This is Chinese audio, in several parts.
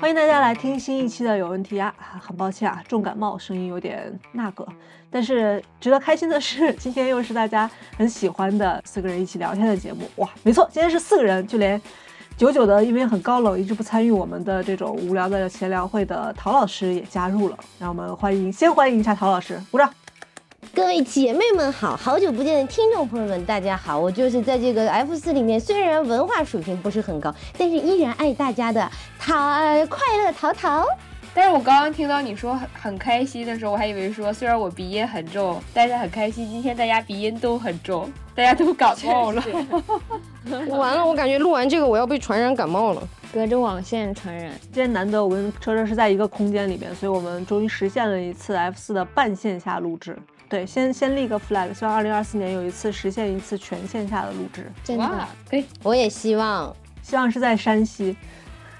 欢迎大家来听新一期的有问题啊！很抱歉啊，重感冒，声音有点那个。但是值得开心的是，今天又是大家很喜欢的四个人一起聊天的节目。哇，没错，今天是四个人，就连久久的因为很高冷一直不参与我们的这种无聊的闲聊会的陶老师也加入了。让我们欢迎，先欢迎一下陶老师，鼓掌。各位姐妹们好，好久不见的听众朋友们，大家好！我就是在这个 F 四里面，虽然文化水平不是很高，但是依然爱大家的淘、呃快乐淘淘。但是我刚刚听到你说很很开心的时候，我还以为说虽然我鼻音很重，但是很开心。今天大家鼻音都很重，大家都感冒了。 完了，我感觉录完这个我要被传染感冒了。隔着网线传染，今天难得我跟车车是在一个空间里面，所以我们终于实现了一次 F 四的半线下录制。对，先先立个 flag，希望二零二四年有一次实现一次全线下的录制，真的哇，可以我也希 望希望是在山西。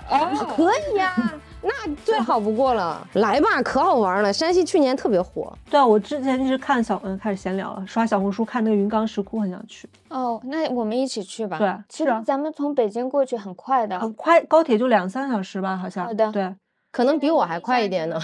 哦，可以呀、那最好不过了，来吧，可好玩了。山西去年特别火，对啊，我之前一直看小，嗯，开始闲聊了，刷小红书看那个云冈石窟，很想去。哦。那我们一起去吧。对，其是实啊，咱们从北京过去很快的。很快，高铁就两三个小时吧，好像。好的对可能比我还快一点呢。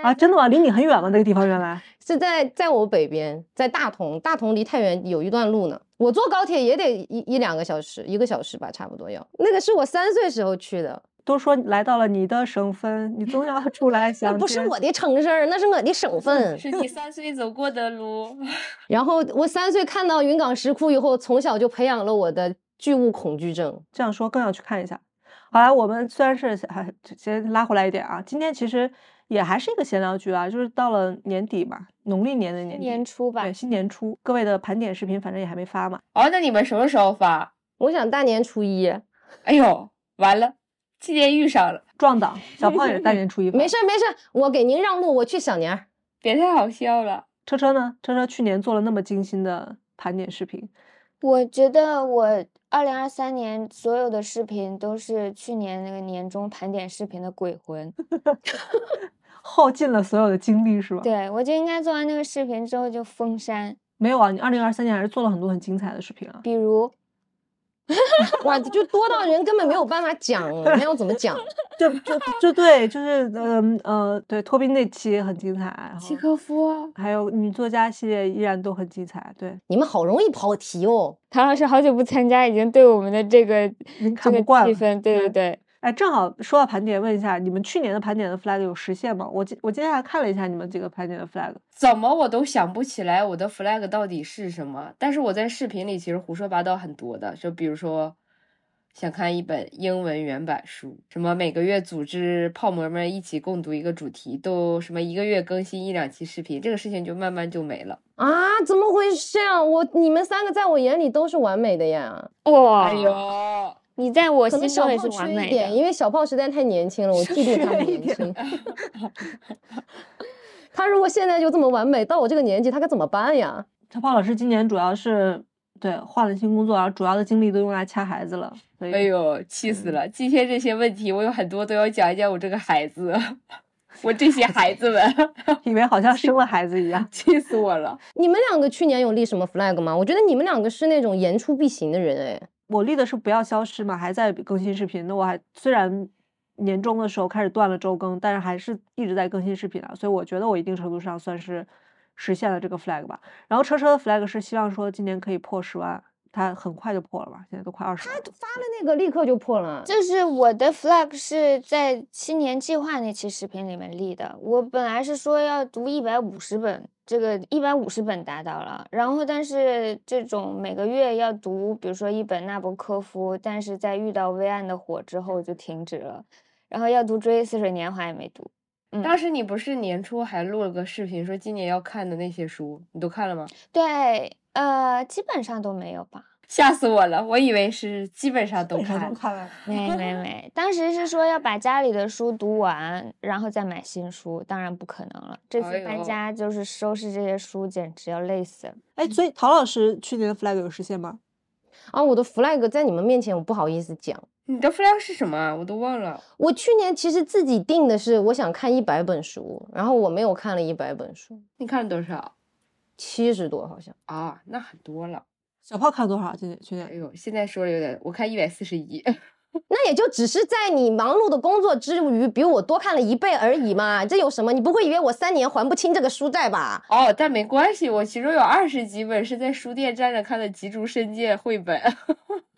啊，真的吗？离你很远吗？那个地方原来？是在在我北边，在大同，大同离太原有一段路呢。我坐高铁也得一一两个小时，一个小时吧，差不多要。那个是我三岁时候去的，都说来到了你的省份，你总要出来那想。不是我的城市儿，那是我的省嗯份。嗯是你三岁走过的路。然后我三岁看到云冈石窟以后，从小就培养了我的巨物恐惧症。这样说更要去看一下。好来，我们虽然是还先拉回来一点啊，今天其实也还是一个闲聊局啊，就是到了年底嘛，农历年的年底年初吧对，，新年初，各位的盘点视频反正也还没发嘛，哦，那你们什么时候发？我想大年初一，哎呦，完了，今天遇上了， 撞档，小胖也是大年初一发没事儿没事儿，我给您让路，我去小年儿。 别太好笑了。车车呢？车车去年做了那么精心的盘点视频，我觉得我二零二三年所有的视频都是去年那个年终盘点视频的鬼魂。耗尽了所有的精力是吧？，对我就应该做完那个视频之后就封山，没有啊，你二零二三年还是做了很多很精彩的视频 啊。比如哇，就多到人根本没有办法讲，那要怎么讲？就就就对，就是嗯呃，对，托宾那期很精彩，然契后诃啊夫，还有女作家系列依然都很精彩。对，你们好容易跑题哦。唐老师好久不参加，已经对我们的这个 您这看个不惯气了。氛，对对对，哎，正好说到盘点，问一下你们去年的盘点的 flag 有实现吗？我今我今天还看了一下你们几个盘点的 flag，怎么我都想不起来我的 flag 到底是什么。但是我在视频里其实胡说八道很多的，就比如说想看一本英文原版书，什么每个月组织泡馍们一起共读一个主题，都什么一个月更新一两期视频，这个事情就慢慢就没了。啊，怎么回事啊？我你们三个在我眼里都是完美的呀，哇、哎呦，你在我可心能小中也炮是完缺一美点，的。因为小炮实在太年轻了，我嫉妒他缺不一年点轻。他如果现在就这么完美，到我这个年纪，他该怎么办呀？超胖老师今年主要是对换了新工作，然后主要的精力都用来掐孩子了。所以哎呦，气死了！今天这些问题我有很多都要讲一讲我这个孩子， 我这些孩子们， 以为好像生了孩子一样。气死我了。你们两个去年有立什么 flag 吗？我觉得你们两个是那种言出必行的人，哎，我立的是不要消失嘛，还在更新视频。那我还虽然年终的时候开始断了周更，但是还是一直在更新视频啊，所以我觉得我一定程度上算是实现了这个 flag 吧。然后车车的 flag 是希望说今年可以破十万，他很快就破了吧，现在都快二十。万了。发了那个立刻就破了。就是我的 flag 是在新年计划那期视频里面立的，我本来是说要读一百五十本，这个一百五十本达到了，然后但是这种每个月要读，比如说一本纳博科夫，但是在遇到微暗的火之后就停止了，然后要读《追忆似水年华》也没读，嗯当时你不是年初还录了个视频，说今年要看的那些书，你都看了吗？对，呃，基本上都没有吧。吓死我了！我以为是基本上都基本看上都。看了。没没没，当时是说要把家里的书读完，然后再买新书，当然不可能了。这哎次呦搬家就是收拾这些书，简直要累死了。哎，所以陶老师去年的 flag 有实现吗？啊，我的 flag 在你们面前我不好意思讲。你的 flag 是什么啊？我都忘了。我去年其实自己定的是我想看一百本书，然后我没有看了一百本书，你看了多少七十多好像。啊？那很多了。小胖看多少？今年去哎年呦，现在说的有点，我看一百四十一。 那也就只是在你忙碌的工作之余，比我多看了一倍而已嘛，这有什么？你不会以为我三年还不清这个书债吧？哦，但没关系，我其中有二十几本是在书店站着看的《极竹伸介》绘本。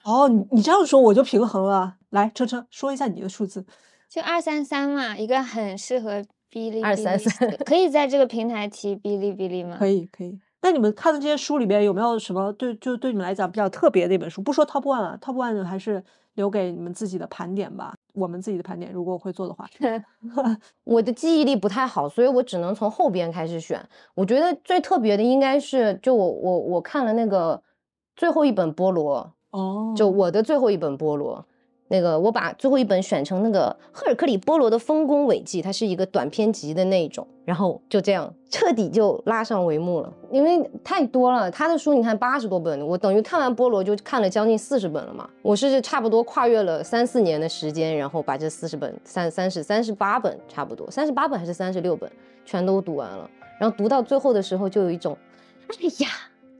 哦，你你这样说我就平衡了。来，车车说一下你的数字。就二三三嘛，一个很适合哔哩哔哩。 233可以在这个平台提哔哩哔哩吗？可以可以。那你们看的这些书里面有没有什么对就对你们来讲比较特别的一本书？不说 top one 了，top one 还是留给你们自己的盘点吧。我们自己的盘点，如果会做的话，我的记忆力不太好，所以我只能从后边开始选。我觉得最特别的应该是，就我我我看了那个最后一本菠萝，哦就我的最后一本菠萝，那个我把最后一本选成那个赫尔克里波罗的《丰功伟绩》，它是一个短篇集的那一种，然后就这样彻底就拉上帷幕了。因为太多了，他的书你看八十多本，我等于看完菠萝就看了将近四十本了嘛。我是差不多跨越了三四年的时间，然后把这四十本三三十三十八本差不多，三十八本还是三十六本全都读完了。然后读到最后的时候，就有一种，哎呀，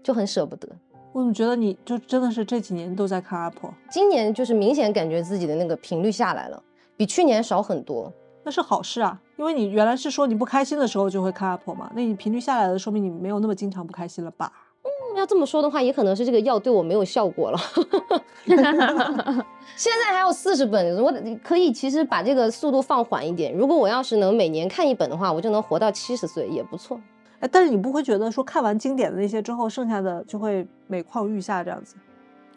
就很舍不得。我怎么觉得你就真的是这几年都在看阿婆，今年就是明显感觉自己的那个频率下来了，比去年少很多。那是好事啊，因为你原来是说你不开心的时候就会看阿婆嘛，那你频率下来了，说明你没有那么经常不开心了吧？嗯要这么说的话，也可能是这个药对我没有效果了。 现在还有四十本，我得可以其实把这个速度放缓一点。如果我要是能每年看一本的话，我就能活到七十岁，也不错。哎，但是你不会觉得说看完经典的那些之后，剩下的就会每况愈下这样子？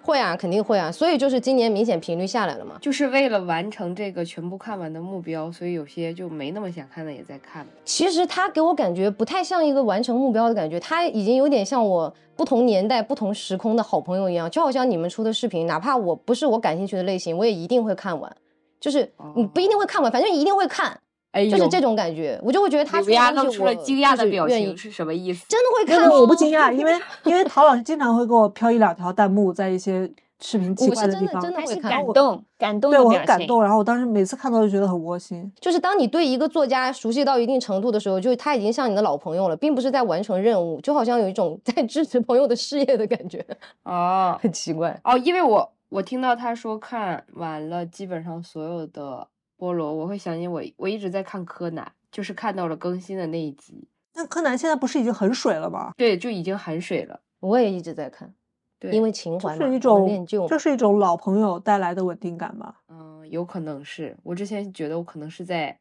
会啊，肯定会啊。所以就是今年明显频率下来了嘛。就是为了完成这个全部看完的目标，所以有些就没那么想看的也在看了。其实它给我感觉不太像一个完成目标的感觉，它已经有点像我不同年代、不同时空的好朋友一样，就好像你们出的视频，哪怕我不是我感兴趣的类型，我也一定会看完。就是哦你不一定会看完，反正一定会看，哎就是这种感觉。我就会觉得他李维亚出的东露西出我了惊讶就的是表愿情意是什么意思？真的会因看为哦。我不惊讶，因为因为陶老师经常会给我飘一两条弹幕在一些视频奇 我怪的是地真的方，真的还会是看感我动，感动对的我表很情。感动。然后我当时每次看到就觉得很窝心。就是当你对一个作家熟悉到一定程度的时候，就是他已经像你的老朋友了，并不是在完成任务，就好像有一种在支持朋友的事业的感觉，哦很奇怪。哦，因为我我听到他说看完了基本上所有的菠萝，我会想起我我一直在看柯南，就是看到了更新的那一集，但柯南现在不是已经很水了吗？对，就已经很水了。我我也一直在看，对，因为情怀嘛，这是一我们种恋旧嘛这。是一种老朋友带来的稳定感吧？嗯，有可能是我之前觉得我可能是在，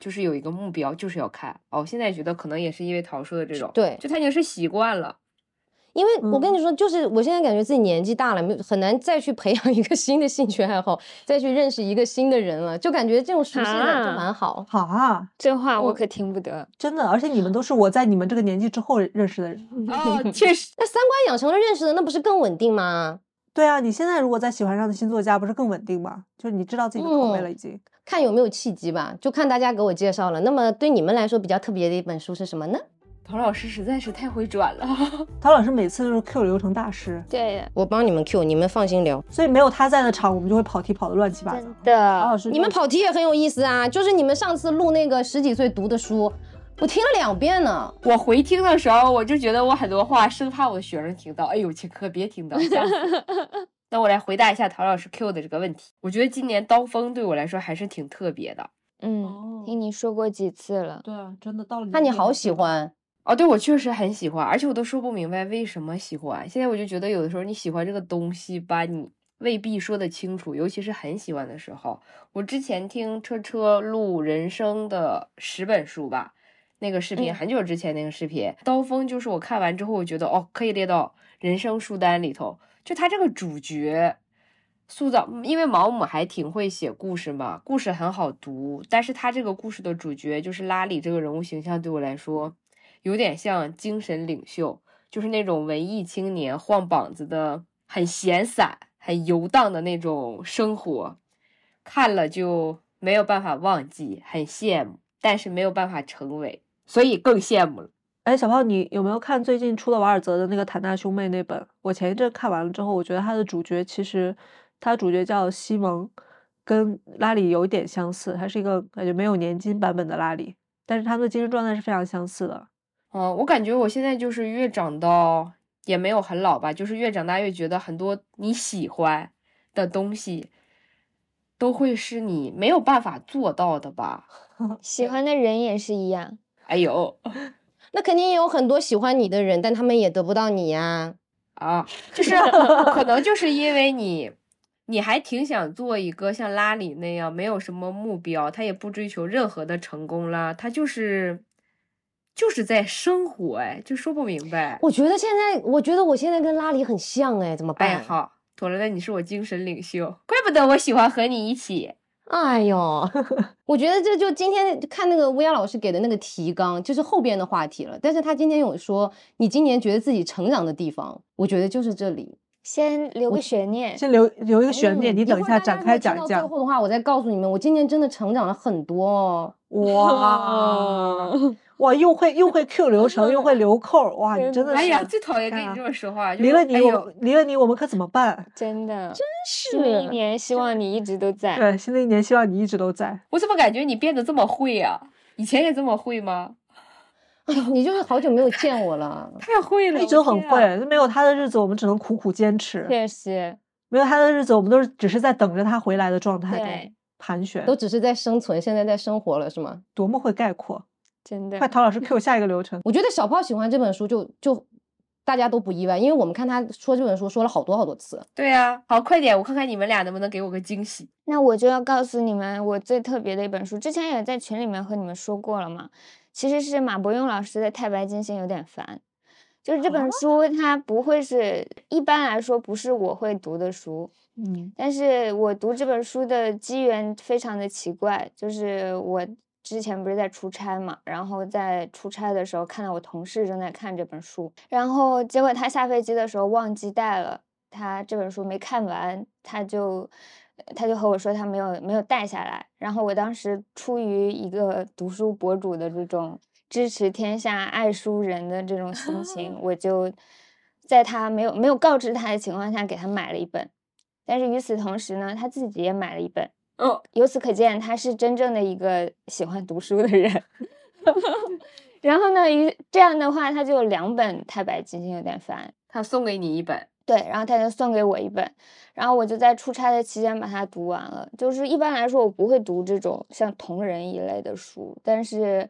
就是有一个目标，就是要看。哦，现在觉得可能也是因为桃说的这种，对就他已经是习 惯了。因为我嗯跟你说，就是我现在感觉自己年纪大了，没有很难再去培养一个新的兴趣爱好，再去认识一个新的人了，就感觉这种熟悉感就啊蛮好。好啊，这话我我可听不得。真的，而且你们都是我在你们这个年纪之后认识的人。哦，确实， 那三观养成了认识的，那不是更稳定吗？对啊，你现在如果再喜欢上的新作家，不是更稳定吗？就是你知道自己的口味嗯了，已经。看有没有契机吧，就看大家给我介绍了。那么对你们来说比较特别的一本书是什么呢？陶老师实在是太会转了。陶老师每次都是 Q 流程大师，对，我帮你们 Q，你们放心聊。所以没有他在的场，我们就会跑题跑得乱七八糟真。陶老的。师，你们跑题也很有意思啊，就是你们上次录那个十几岁读的书，我听了两遍呢。我回听的时候，我就觉得我很多话生怕我的学生听到。哎呦，切可别听到。吓死我那我来回答一下陶老师 Q 的这个问题。我觉得今年刀锋对我来说还是挺特别的。嗯，哦，听你说过几次了？对啊，真的到了。那你好喜，欢，哦，对，我确实很喜欢，而且我都说不明白为什么喜欢。现在我就觉得，有的时候你喜欢这个东西吧，你未必说得清楚，尤其是很喜欢的时候。我之前听车车录人生的十本书吧，那个视频嗯很久之前那个视频，刀锋就是我看完之后，我觉得哦，可以列到人生书单里头。就他这个主角塑造，因为毛姆还挺会写故事嘛，故事很好读，但是他这个故事的主角就是拉里这个人物形象，对我来说有点像精神领袖，就是那种文艺青年晃膀子的，很闲散、很游荡的那种生活，看了就没有办法忘记，很羡慕，但是没有办法成为，所以更羡慕了。哎，小胖，你有没有看最近出的瓦尔泽的那个《坦纳兄妹》那本？我前一阵看完了之后，我觉得他的主角其实，他主角叫西蒙，跟拉里有一点相似，他是一个感觉没有年金版本的拉里，但是他们的精神状态是非常相似的。嗯，我感觉我现在就是越长到也没有很老吧，就是越长大越觉得很多你喜欢的东西，都会是你没有办法做到的吧？哦喜欢的人也是一样。哎呦那肯定也有很多喜欢你的人，但他们也得不到你呀。啊，就是 可能就是因为你，你还挺想做一个像拉里那样没有什么目标，他也不追求任何的成功啦，他就是就是在生活，哎，就说不明白。我觉得现在，我觉得我现在跟拉里很像哎，怎么办？哎，好，妥了，那你是我精神领袖，怪不得我喜欢和你一起。哎呦， 我觉得这就今天看那个乌鸦老师给的那个提纲，就是后边的话题了。但是他今天有说，你今年觉得自己成长的地方，我觉得就是这里。先留个悬念，先留留一个悬念，嗯你等哎哦一会下儿大展开家如果讲听一到讲最。后的话，我再告诉你们，我今年真的成长了很多哦。 哇 哇，又会又会 Q 流程，又 会留扣儿，哇，你真的哎呀， 是最讨厌跟干啊你这么说话，就是离了你哎我呦们离了你我们可怎么办？真的。是新的一年，希望你一直都在。对，新的一年希望你一直都在。我怎么感觉你变得这么会呀、以前也这么会吗？哎呦，你就是好久没有见我了。太会他了，一直都我很天啊。会，没有他的日子我们只能苦苦坚持，确实，没有他的日子我们都是只是在等着他回来的状态对中，盘旋，都只是在生存，现在在生活了，是吗？多么会概括。真的快，。陶老师 Q 下一个流 程。我觉得小炮喜欢这本书就就大家都不意外，因为我们看他说这本书说了好多好多次。对呀、好，快点，我看看你们俩能不能给我个惊喜。那我就要告诉你们，我最特别的一本书，之前也在群里面和你们说过了嘛，其实是马伯庸老师的《太白金星有点烦》，就是这本书它不会是一般来说不是我会读的书，嗯，但是我读这本书的机缘非常的奇怪，就是我之前不是在出差嘛，然后在出差的时候看到我同事正在看这本书，然后结果他下飞机的时候忘记带了，他这本书没看完，他就他就和我说他没有没有带下来，然后我当时出于一个读书博主的这种支持天下爱书人的这种心情，我就在他没有没有告知他的情况下给他买了一本。但是与此同时呢，他自己也买了一本。嗯哦，由此可见，他是真正的一个喜欢读书的人。 然后呢，于这样的话，他就有两本《太白金星有点烦》，他送给你一本，对，然后他就送给我一本，然后我就在出差的期间把它读完了。就是一般来说，我不会读这种像同人一类的书，但是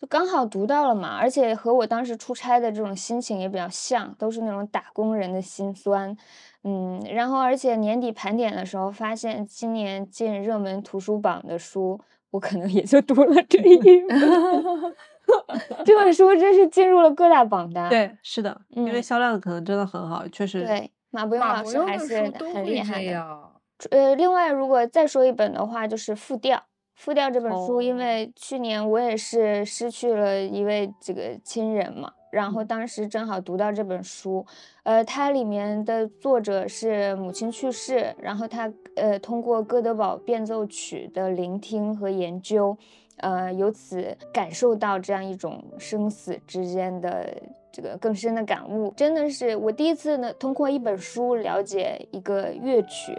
就刚好读到了嘛，而且和我当时出差的这种心情也比较像，都是那种打工人的辛酸。嗯，然后而且年底盘点的时候，发现今年进热门图书榜的书，我可能也就读了这一本。 这本书真是进入了各大榜单。对，是的，因为嗯销量可能真的很好，确实。对，马伯庸马老伯师还庸的是书都很会厉害这的。样。呃，另外，如果再说一本的话，就是《复调》。《复调》这本书，因哦为去年我也是失去了一位这个亲人嘛，然后当时正好读到这本书，呃，它里面的作者是母亲去世，然后他呃通过哥德堡变奏曲的聆听和研究，呃，由此感受到这样一种生死之间的这个更深的感悟，真的是我第一次呢通过一本书了解一个乐曲，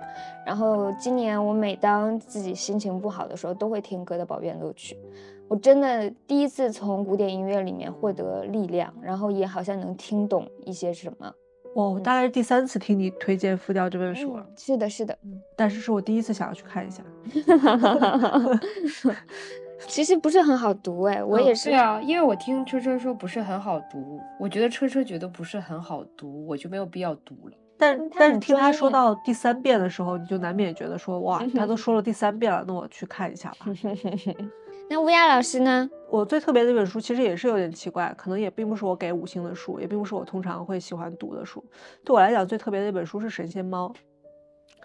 然后今年我每当自己心情不好的时候，都会听哥德堡变奏曲。我真的第一次从古典音乐里面获得力量，然后也好像能听懂一些什么。哇，我大概是第三次听你推荐《复调》这本书了，嗯，是的，是的。嗯，但是是我第一次想要去看一下。其实不是很好读哎，我嗯也对是。啊，因为我听车车说不是很好读，我觉得车车觉得不是很好读，我就没有必要读了。但嗯他但是很听他专说业到第三遍的时候，你就难免觉得说，哇，他都说了第三遍了，那我去看一下吧。那乌鸦老师呢？我最特别的一本书其实也是有点奇怪，可能也并不是我给五星的书，也并不是我通常会喜欢读的书。对我来讲，最特别的一本书是《神仙猫》，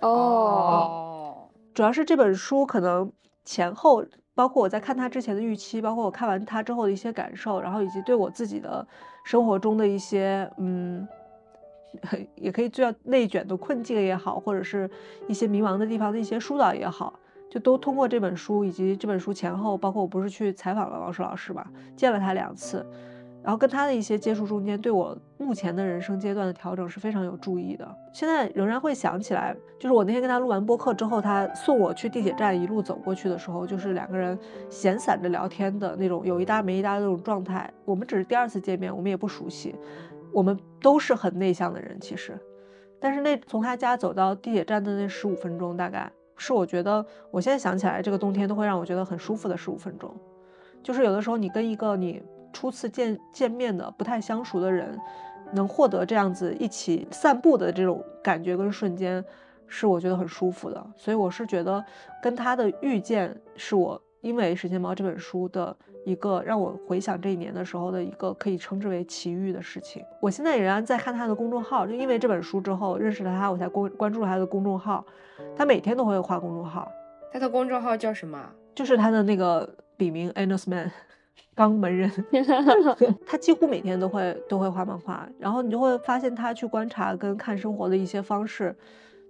哦，哦，主要是这本书可能前后，包括我在看它之前的预期，包括我看完它之后的一些感受，然后以及对我自己的生活中的一些嗯，也可以叫内卷的困境也好，或者是一些迷茫的地方的一些疏导也好。就都通过这本书以及这本书前后，包括我不是去采访了王朔老师嘛，见了他两次，然后跟他的一些接触中间，对我目前的人生阶段的调整是非常有注意的。现在仍然会想起来，就是我那天跟他录完播客之后，他送我去地铁站一路走过去的时候，就是两个人闲散着聊天的那种有一搭没一搭的那种状态。我们只是第二次见面，我们也不熟悉，我们都是很内向的人其实。但是那从他家走到地铁站的那十五分钟大概。是我觉得我现在想起来，这个冬天都会让我觉得很舒服的十五分钟。就是有的时候你跟一个你初次见见面的不太相熟的人，能获得这样子一起散步的这种感觉跟瞬间，是我觉得很舒服的。所以我是觉得跟他的遇见，是我因为《时间猫》这本书的一个让我回想这一年的时候的一个可以称之为奇遇的事情。我现在仍然在看他的公众号，就因为这本书之后认识了他，我才关关注了他的公众号。他每天都会画公众号，他的公众号叫什么？啊就是他的那个笔名 Anus Man，肛门人， 他几乎每天都会都会画漫画，然后你就会发现他去观察跟看生活的一些方式，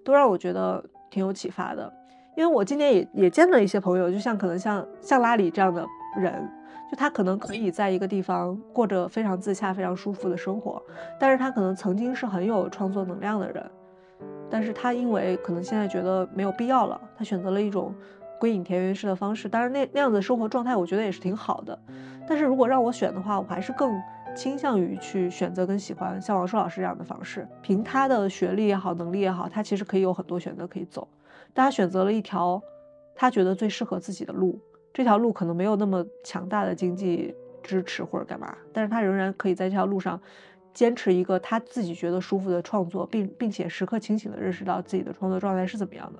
都让我觉得挺有启发的。因为我今年也也见了一些朋友，就像可能像像拉里这样的人，就他可能可以在一个地方过着非常自洽、非常舒服的生活，但是他可能曾经是很有创作能量的人，但是他因为可能现在觉得没有必要了，他选择了一种归隐田园式的方式。当然那那样子的生活状态，我觉得也是挺好的。但是如果让我选的话，我还是更倾向于去选择跟喜欢像王朔老师这样的方式。凭他的学历也好，能力也好，他其实可以有很多选择可以走。但他选择了一条他觉得最适合自己的路。这条路可能没有那么强大的经济支持或者干嘛，但是他仍然可以在这条路上坚持一个他自己觉得舒服的创作，并并且时刻清醒的认识到自己的创作状态是怎么样的。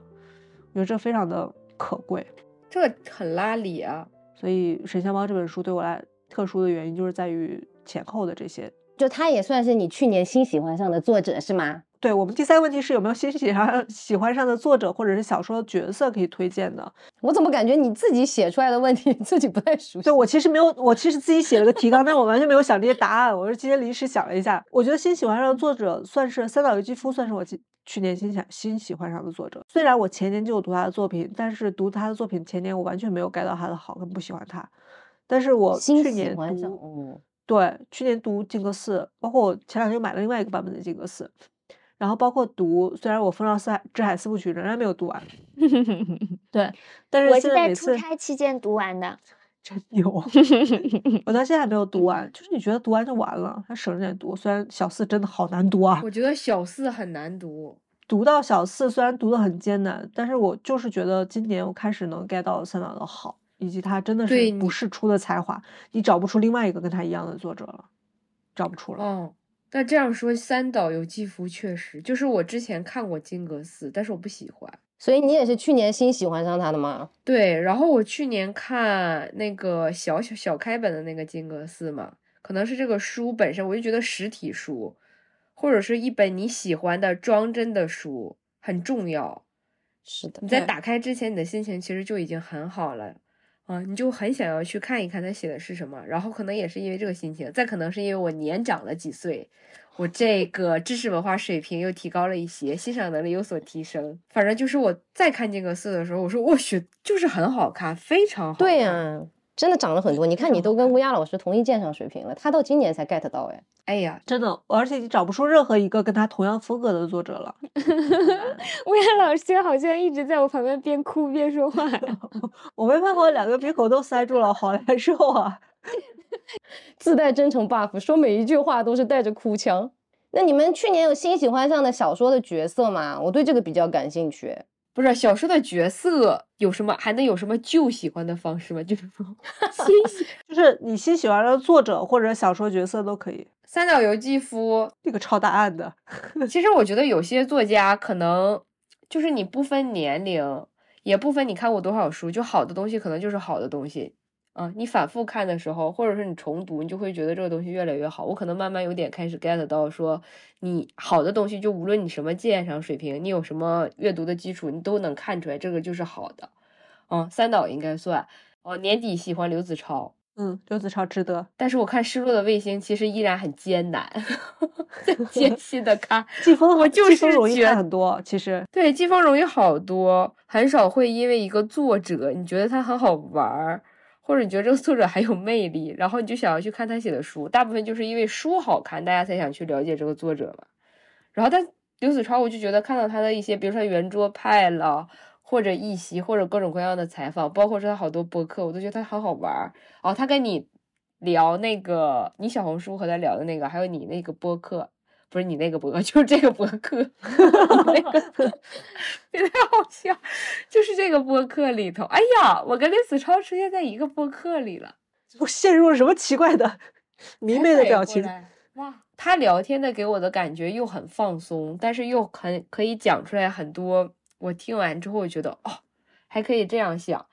我觉得这非常的可贵。这很拉里啊！所以《神仙猫》这本书对我来特殊的原因就是在于前后的这些。就他也算是你去年新喜欢上的作者是吗？对我们第三个问题是有没有新喜欢喜欢上的作者或者是小说角色可以推荐的？我怎么感觉你自己写出来的问题 自己不太熟悉？对我其实没有，我其实自己写了个提纲，但我完全没有想这些答案，我是今天临时想了一下。我觉得新喜欢上的作者算是三岛由纪夫，算是我今去年新想新喜欢上的作者。虽然我前年就有读他的作品，但是读他的作品前年我完全没有 get 到他的好跟不喜欢他。但是我新去喜年欢上读哦，对，去年读《金阁寺》，包括我前两天又买了另外一个版本的《金阁寺》，然后包括读，虽然我《风到四海之海四部曲》仍然没有读完，对，但是我现是在在每出次差期间读 完的。真牛，我到现在还没有读完，就是你觉得读完就完了，还省着点读。虽然小四真的好难读啊，我觉得小四很难读，读到小四虽然读的很艰难，但是我就是觉得今年我开始能 get 到三岛的好，以及他真的对是你不世出的才华，你找不出另外一个跟他一样的作者了，找不出了。哦，但这样说，三岛由纪夫确实就是我之前看过《金阁寺》，但是我不喜欢。所以你也是去年新喜欢上他的吗？对，然后我去年看那个小小小开本的那个《金阁寺》嘛，可能是这个书本身，我就觉得实体书，或者是一本你喜欢的装帧的书很重要。是的，你在对打开之前，你的心情其实就已经很好了，啊，你就很想要去看一看他写的是什么。然后可能也是因为这个心情，再可能是因为我年长了几岁，我这个知识文化水平又提高了一些，欣赏能力有所提升。反正就是我再看这个四的时候，我说我去，就是很好看，非常好看。对呀、啊真的涨了很多。你看，你都跟乌鸦老师同一鉴赏水平了，他到今年才 get 到哎。哎呀，真的，而且你找不出任何一个跟他同样风格的作者了。薇娅老师好像一直在我旁边边哭边说话， 我没办法，两个鼻孔都塞住了，好难受啊！自带真诚 buff，说每一句话都是带着哭腔。那你们去年有新喜欢上的小说的角色吗？我对这个比较感兴趣。不是小说的角色有什么，还能有什么旧喜欢的方式吗？就是说新喜就是你新喜欢的作者或者小说角色都可以，三岛由纪夫那个抄答案的，其实我觉得有些作家可能就是你不分年龄，也不分你看过多少书，就好的东西可能就是好的东西。啊，你反复看的时候，或者是你重读，你就会觉得这个东西越来越好。我可能慢慢有点开始 get 到说，你好的东西，就无论你什么鉴赏水平，你有什么阅读的基础，你都能看出来这个就是好的。嗯，三岛应该算。哦，年底喜欢刘子超，嗯，刘子超值得。但是我看《失落的卫星》其实依然很艰难， 在艰辛的看。季风我就季风是容易觉看很多，其实对，季风容易好多，很少会因为一个作者，你觉得他很好玩儿，或者你觉得这个作者很有魅力，然后你就想要去看他写的书。大部分就是因为书好看，大家才想去了解这个作者嘛。然后但刘子超，我就觉得看到他的一些，比如说圆桌派了，或者一席，或者各种各样的采访，包括说他好多博客，我都觉得他很好玩儿。哦，他跟你聊那个，你小红书和他聊的那个，还有你那个播客。 不是你那个博，就是这个博客，那个也太好笑，就是这个播客里头，哎呀，我跟李子超出现在一个播客里了，我陷入了什么奇怪的迷才妹的反应表过情？来。哇，他聊天的给我的感觉又很放松，但是又很可以讲出来很多。我听完之后，我觉得哦，还可以这样想，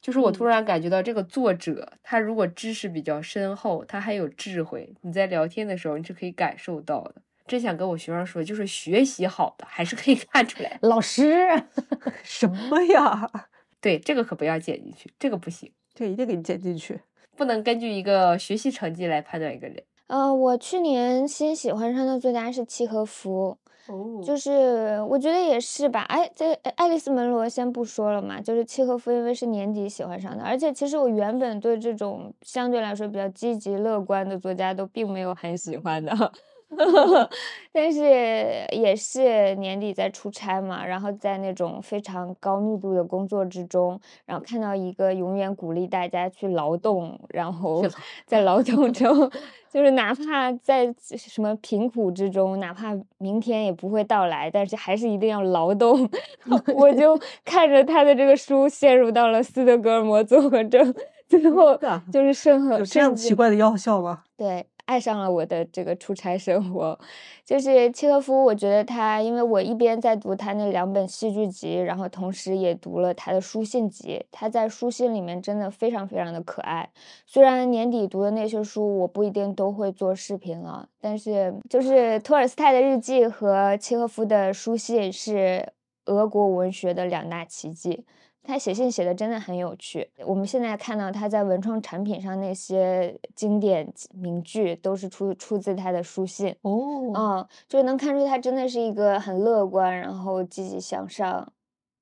就是我嗯突然感觉到这个作者，他如果知识比较深厚，他还有智慧，你在聊天的时候你是可以感受到的。真想跟我学生说，就是学习好的还是可以看出来。老师，什么呀？对，这个可不要剪进去，这个不行，这一定给你剪进去。不能根据一个学习成绩来判断一个人。呃，我去年新喜欢上的最佳是契诃夫，哦就是我觉得也是吧。哎，这呃爱丽丝门罗先不说了嘛，就是契诃夫，因为是年底喜欢上的，而且其实我原本对这种相对来说比较积极乐观的作家都并没有很喜欢的。 但是也是年底在出差嘛，然后在那种非常高密度的工作之中，然后看到一个永远鼓励大家去劳动，然后劳 在劳动中，就是哪怕在什么贫苦之中，哪怕明天也不会到来，但是还是一定要劳 动。 我就看着他的这个书，陷入到了斯德哥尔摩综合症， 最后的就是甚和有这样甚至奇怪的药效吗？对，爱上了我的这个出差生活。就是契诃夫，我觉得他，因为我一边在读他那两本戏剧集，然后同时也读了他的书信集。他在书信里面真的非常非常的可爱。虽然年底读的那些书我不一定都会做视频啊，但是就是托尔斯泰的日记和契诃夫的书信是俄国文学的两大奇迹。他写信写的真的很有趣。我们现在看到他在文创产品上那些经典名句，都是出出自他的书信。 哦，嗯，就是能看出他真的是一个很乐观，然后积极向上，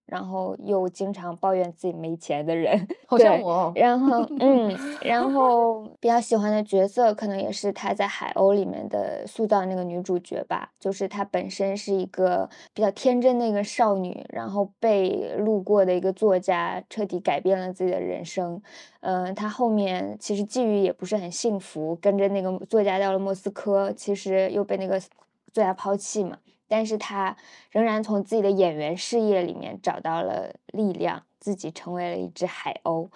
然后又经常抱怨自己没钱的人。好像对我哦，然后，嗯，然后比较喜欢的角色可能也是他在《海鸥》里面的塑造那个女主角吧，就是她本身是一个比较天真的一个少女，然后被路过的一个作家彻底改变了自己的人生。嗯、她后面其实际遇也不是很幸福，跟着那个作家到了莫斯科，其实又被那个作家抛弃嘛。但是她仍然从自己的演员事业里面找到了力量，自己成为了一只海鸥。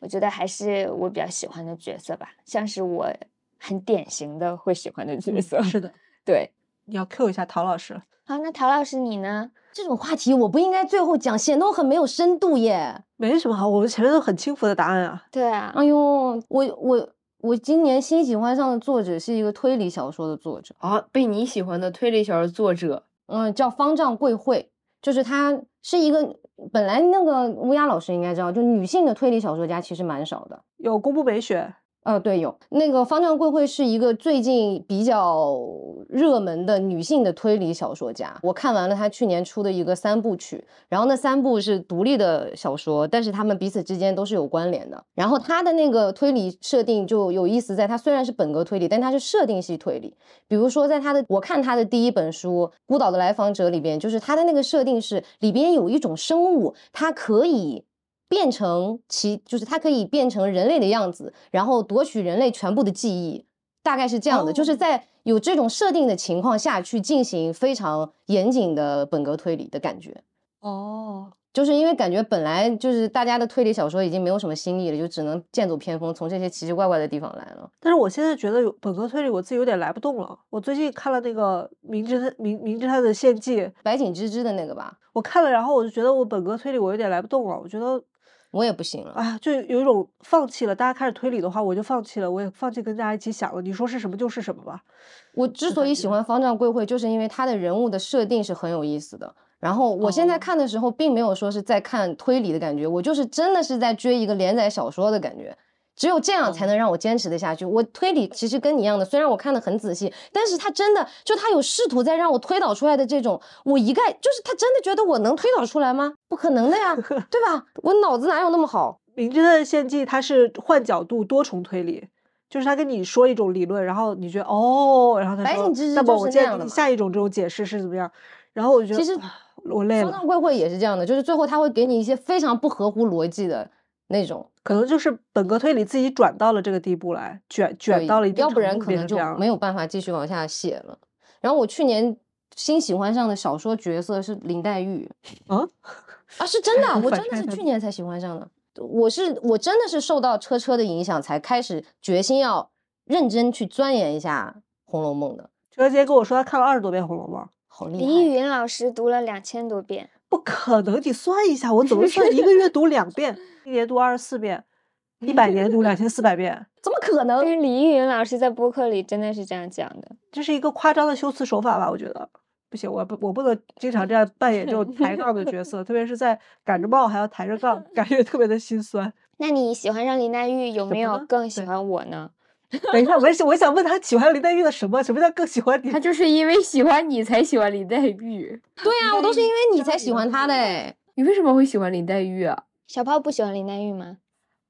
我觉得还是我比较喜欢的角色吧，像是我很典型的会喜欢的角色。嗯是的， 对。你要 Q 一下陶老师了。好，那陶老师你呢？这种话题我不应该最后讲，显得我很没有深度耶。没什么好，我们前面都很轻浮的答案啊。对啊，哎呦，我我我今年新喜欢上的作者是一个推理小说的作者，哦，被你喜欢的推理小说作者，嗯，叫方丈贵惠，就是她是一个本来那个乌鸦老师应该知道，就女性的推理小说家其实蛮少的。有公布美选，呃，对，有那个方丈贵惠是一个最近比较热门的女性的推理小说家。我看完了她去年出的一个三部曲，然后那三部是独立的小说，但是她们彼此之间都是有关联的。然后她的那个推理设定就有意思在，她虽然是本格推理，但她是设定系推理。比如说，在她的我看她的第一本书《孤岛的来访者》里边，就是她的那个设定是里边有一种生物，它可以变成其就是它可以变成人类的样子，然后夺取人类全部的记忆，大概是这样的。就是在有这种设定的情况下去进行非常严谨的本格推理的感觉。哦，就是因为感觉本来就是大家的推理小说已经没有什么新意了，就只能剑走偏锋，从这些奇奇怪怪的地方来了。但是我现在觉得有本科推理我自己有点来不动了。我最近看了那个《名侦探名名侦探的献祭》，白井之之的那个吧，我看了，然后我就觉得我本科推理我有点来不动了。我觉得，我也不行了。啊，就有一种放弃了。大家开始推理的话，我就放弃了，我也放弃跟大家一起想了。你说是什么就是什么吧。我之的所感以喜觉欢方丈贵惠，就是因为他的人物的设定是很有意思的。然后我现在哦看的时候，并没有说是在看推理的感觉，我就是真的是在追一个连载小说的感觉。只有这样哦才能让我坚持的下去。我推理其实跟你一样的，虽然我看的很仔细，但是他真的就他有试图在让我推导出来的这种，我一概就是他真的觉得我能推导出来吗？不可能 的呀，对吧？我脑子哪有那么好？ 《名侦探的献祭》它是换角度多重推理，就是他跟你说一种理论，然后你觉得哦，然后他白说井之，那之么哎就我是那建样议的你嘛下一种这种解释是怎么样？然后我就觉得，其实啊我累方了，丈贵惠也是这样的，就是最后他会给你一些非常不合乎逻辑的那种。可能就是本格推理自己转到了这个地步来，卷卷对到了一定要程不然度可变能成这就样没。有办法继续往下写了。然后我去年新喜欢上的小说角色是林黛玉，嗯，，啊，是真的 我反真差的是太去年才喜欢上的。我是我真的是受到车车的影响，才开始决心要认真去钻研一下《红楼梦》的，哲杰跟我说他看了二十多遍《红楼梦》，好李厉害！云老师读了两千多遍，不可能，你算一下，我怎么算一个月读两遍，一年读二十四遍，一百年读两千四百遍，怎么可但哦能？是李云老师在播客里真的是这样讲的。这是一个夸张的修辞手法吧？我觉得不行，我不我不能经常这样扮演这种抬杠的角色，特别是在赶 着帽还要抬着杠，感觉特别的心酸。那你喜欢上林黛玉有么没有呢更喜对欢我呢？等一下，我也想我想问他喜欢林黛玉的什么？什么叫更喜欢你他？就是因为喜欢你才喜欢林黛玉。对啊，我都是因为你教才你喜的欢他的哎。你为什么会喜欢林黛玉啊？小炮不喜欢林黛玉 吗？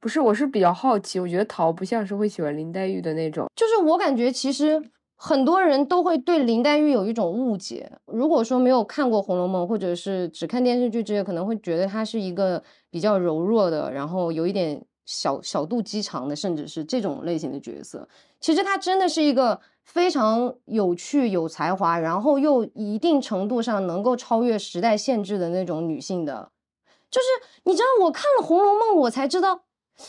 不是，我是比较好奇，我觉得桃不像是会喜欢林黛玉的那种。就是我感觉其实很多人都会对林黛玉有一种误解。如果说没有看过《红楼梦》，或者是只看电视剧之类，可能会觉得她是一个比较柔弱的，然后有一点小小肚鸡肠的，甚至是这种类型的角色。其实她真的是一个非常有趣、有才华，然后又一定程度上能够超越时代限制的那种女性的。就是你知道，我看了《红楼梦》，我才知道《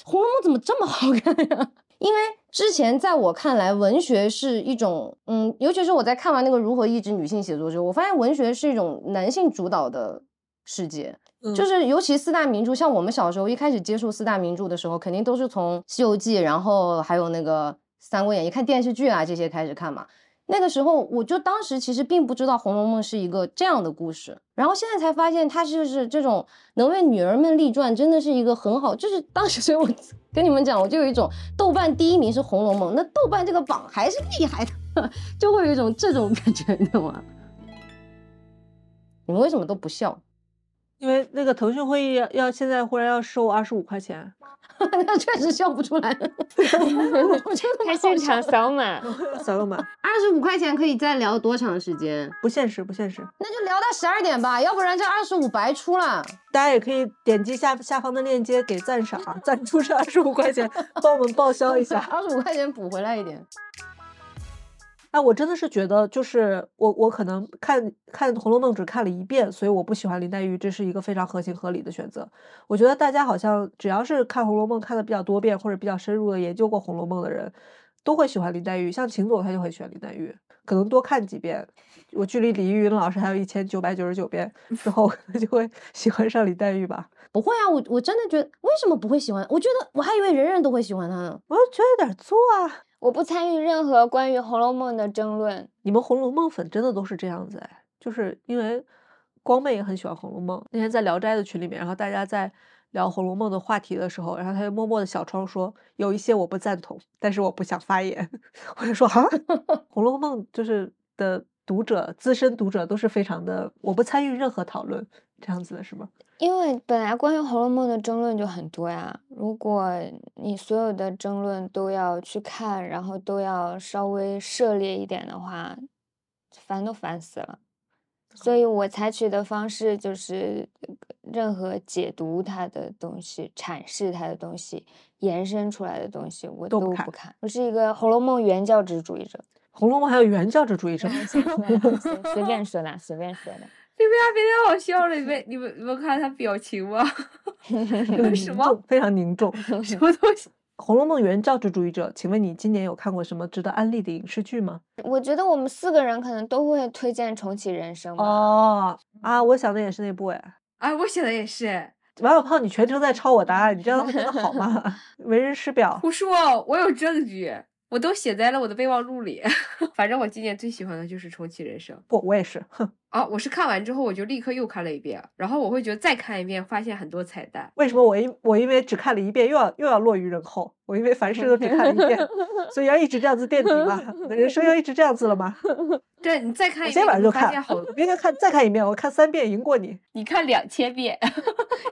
红楼梦》怎么这么好看呀、因为之前在我看来，文学是一种，嗯，尤其是我在看完那个《如何抑制女性写作》之后，我发现文学是一种男性主导的世界。就嗯是尤其四大名著，像我们小时候一开始接触四大名著的时候，肯定都是从《西游记》，然后还有那个《三国演义》，看电视剧啊这些开始看嘛。那个时候我就当时其实并不知道《红楼梦》是一个这样的故事，然后现在才发现它就是这种能为女儿们立传，真的是一个很好。就是当时所 以我跟你们讲，我就有一种豆瓣第一名是《红楼梦》，那豆瓣这个榜还是厉害的， 就会有一种这种感觉，你懂吗？你们为什么都不笑？ 因为那个腾讯会议要要现在忽然要收我二十五块 钱，那确实笑不出来。 我觉得他现场扫码， 小个嘛，二十五块钱可以再聊多长时间？不现实不现实。那就聊到十二点吧，要不然这二十五白出了。大家也可以点击下下方的链接给赞赏啊，赞助是二十五块钱，帮我们报销一下。二十五块钱补回来一点。 哎，我真的是觉得，就是我我可能看看《红楼梦》只看了一遍，所以我不喜欢林黛玉，这是一个非常合情合理的选择。我觉得大家好像只要是看《红楼梦》看的比较多遍，或者比较深入的研究过《红楼梦》的人，都会喜欢林黛玉。像秦总他就很喜欢林黛玉，可能多看几遍。我距离李云老师还有一千九百九十九遍之后，可能就会喜欢上林黛玉吧。不会啊，我我真的觉得为什么不会喜欢？我觉得我还以为人人都会喜欢他呢。我就觉得有点作啊！我不参与任何关于《红楼梦》的争论。你们《红楼梦》粉真的都是这样子哎，就是因为光妹也很喜欢《红楼梦》。那天在聊斋的群里面，然后大家在聊《红楼梦》的话题的时候，然后她就默默的小窗说，有一些我不赞同，但是我不想发言。 我就说啊，《红楼梦》就是的读者，资深读者都是非常的，我不参与任何讨论，这样子的是吗？因为本来关于《红楼梦》的争论就很多呀，如果你所有的争论都要去看，然后都要稍微涉猎一点的话，烦都烦死了。所嗯以我采取的方式就是，呃任何解读它的东西、阐释它的东西、延伸出来的东西，我都都不不看看。我是一个《红楼梦》原教旨主义者， 《红楼梦》还有原教旨主 义者， 随随便说的，随便说的。你们啊俩别太好笑了，你们你们你们看他表情吗？ 很什凝么重非常凝重。什么东《西？红楼梦》原教旨主义者，请问你今年有看过什么值得安利的影视剧吗？我觉得我们四个人可能都会推荐《重启人生》吧。哦啊，我想的也是那部哎。哎，我想的也是。王小胖，你全程在抄我答案，你这样会真的好吗？为人师表。胡说，我有证据，我都写在了我的备忘录里。 反正我今年最喜欢的就是《重启人生》不，我也是。哼，啊！我是看完之后我就立刻又看了一遍，然后我会觉得再看一遍，发现很多彩蛋。为什么我因我因为只看了一遍，又要又要落于人后？我因为凡事都只看了一遍，所以要一直这样子垫底嘛？我的人生要一直这样子了吗？对你再我看一今天遍，晚上你会就发现看， 好我，明天看再看一遍，我看三遍赢过你。你看两千遍。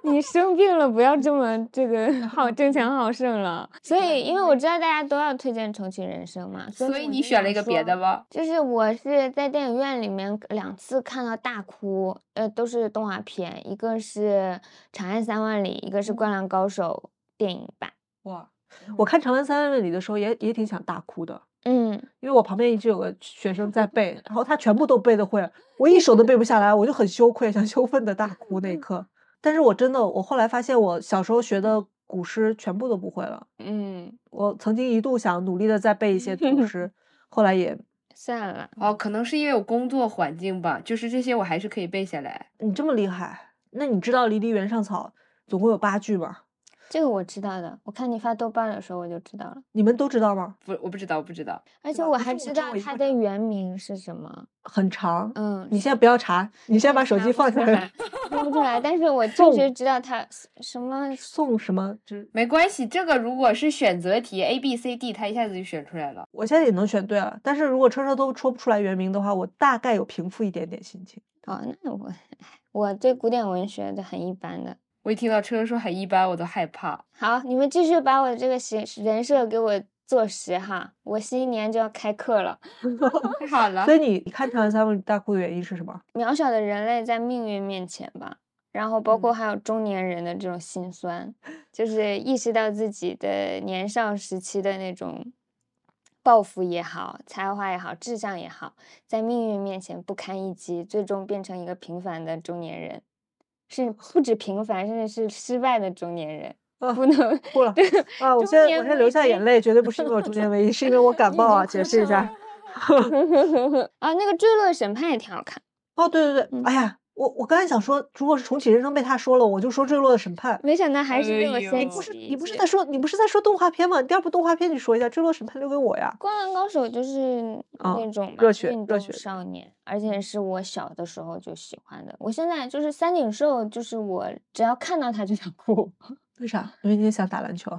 你生病了，不要这么这个好争强好胜了。所以，因为我知道大家都要推荐《重启人生》嘛，所以我你就选想了一个别说的？吗？就是我是在电影院里面两次看到大哭，呃，都是动画片，一个是《长安三万里》，一个是《灌篮高手》电影版。哇，我看《长安三万里》的时候也也挺想大哭的，嗯，因为我旁边一直有个学生在背，然后他全部都背得会，我一首都背不下来，我就很羞愧，想羞愤的大哭那一刻。但是我真的，我后来发现，我小时候学的古诗全部都不会了。嗯，我曾经一度想努力的再背一些古 诗，后来也，算了，哦，可能是因为我工作环境吧，就是这些我还是可以背下来。你这么厉害，那你知道《离离原上草》总共有八句吗？这个我知道的。我看你发豆瓣的时候我就知道了，你们都知道吗？不，我不知道，我不知道。而对且吧我不是还我知知道道我一它会儿的原名是什么。很长。嗯，你先不要查，你先把手机放出下来 哦来。，看不出来，但是我确实知道它什么。送什么？就是没关系，这个如果是选择题 A B C D，它一下子就选出来了。我现在也能选对了，但是如果车车都说不出来原名的话，我大概有平复一点点心情。哦，那我我对古典文学的很一般的。我一听到车车说很一般，我都害怕。好，你们继续把我这个形人设给我坐实哈，我新一年就要开课了。太好啊了所，以你你看《长安三万里》大哭的原因是什 么？渺小的人类在命运面前吧，然后包括嗯还有中年人的这种心酸，就是意识到自己的年少时期的那种抱负也好、才华也好、志向也好，在命运面前不堪一击，最终变成一个平凡的中年人，是不止平凡，甚至是失败的中年人。啊 不能 哭了啊！我中现在年我现在危流下机眼泪，绝对不是因为我中 年危机，是因为我感冒啊！解释一下。啊，那个《坠落审判》也挺好看。哦，对对对，嗯哎呀，我我刚才想说，如果是重启人生被他说了，我就说《坠落的审判》。没想到还是哎这么呦先不是提你不是及在说你不是在说动画片吗？第二部动画片你说一下，《坠落审判》留给我呀。灌篮高手就是啊那种嘛热血运热动血的嗯少年，而且是我小的时候就喜欢的。我现在就是三井寿，就是我只要看到他就想哭。 为啥？因为你也想打篮球。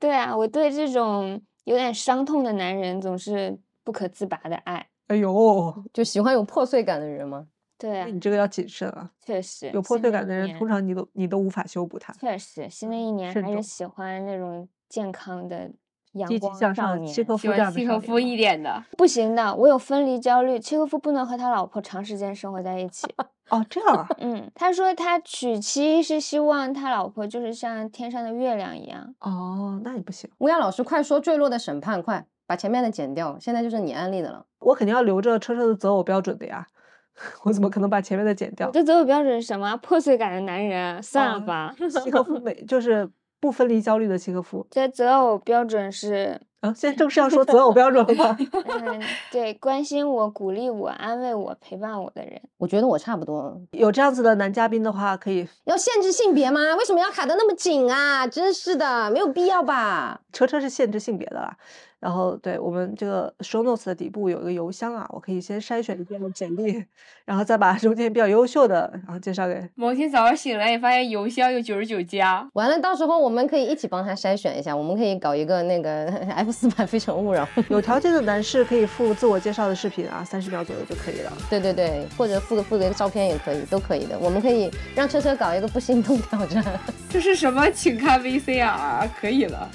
对啊，我对这种有点伤痛的男人总是不可自拔的爱。哎呦，就喜欢有破碎感的人吗？对啊那，你这个要谨慎啊！确实有破新碎的感一的人，年通常你都你都无法修补它。确实新的一年慎还是重喜欢那种健康的阳积极光向少上，年。契诃喜夫这欢样的契少诃夫年一吗点的。不行的，我有分离焦虑。契诃夫不能和他老婆长时间生活在一起。哦，这样啊嗯，他说他娶妻是希望他老婆就是像天上的月亮一样。哦，那你不行，乌鸦老师，快说《坠落的审判》，快把前面的剪掉，现在就是你安利的了。我肯定要留着车车的择偶标准的呀， 我怎么可能把前面的剪掉我？的择偶标准是什么？破碎感的男人，算了哦吧。 契诃夫美就是不分离焦虑的契诃夫这择偶标准是，啊！现在正式要说择偶标准了吗？ 嗯，对，关心我、鼓励我、安慰我、陪伴我的人。我觉得我差不多，有这样子的男嘉宾的话，可以要限制性别吗？为什么要卡得那么紧啊？真是的，没有必要吧？车车是限制性别的啦。然后对我们这个 show notes 的底部有一个邮箱啊，我可以先筛选一遍简历，然后再把中间比较优秀的，然后介绍给某天早上醒来，也发现邮箱有九十九加。完了，到时候我们可以一起帮他筛选一下，我们可以搞一个那个 F 四版《非诚勿扰》。 有条件的男士可以附自我介绍的视频啊，三十秒左右就可以了。对对对，或者附个附个照片也可以，都可以的。我们可以让车车搞一个不心动挑战。 这是什么？请看 VCR，可以了。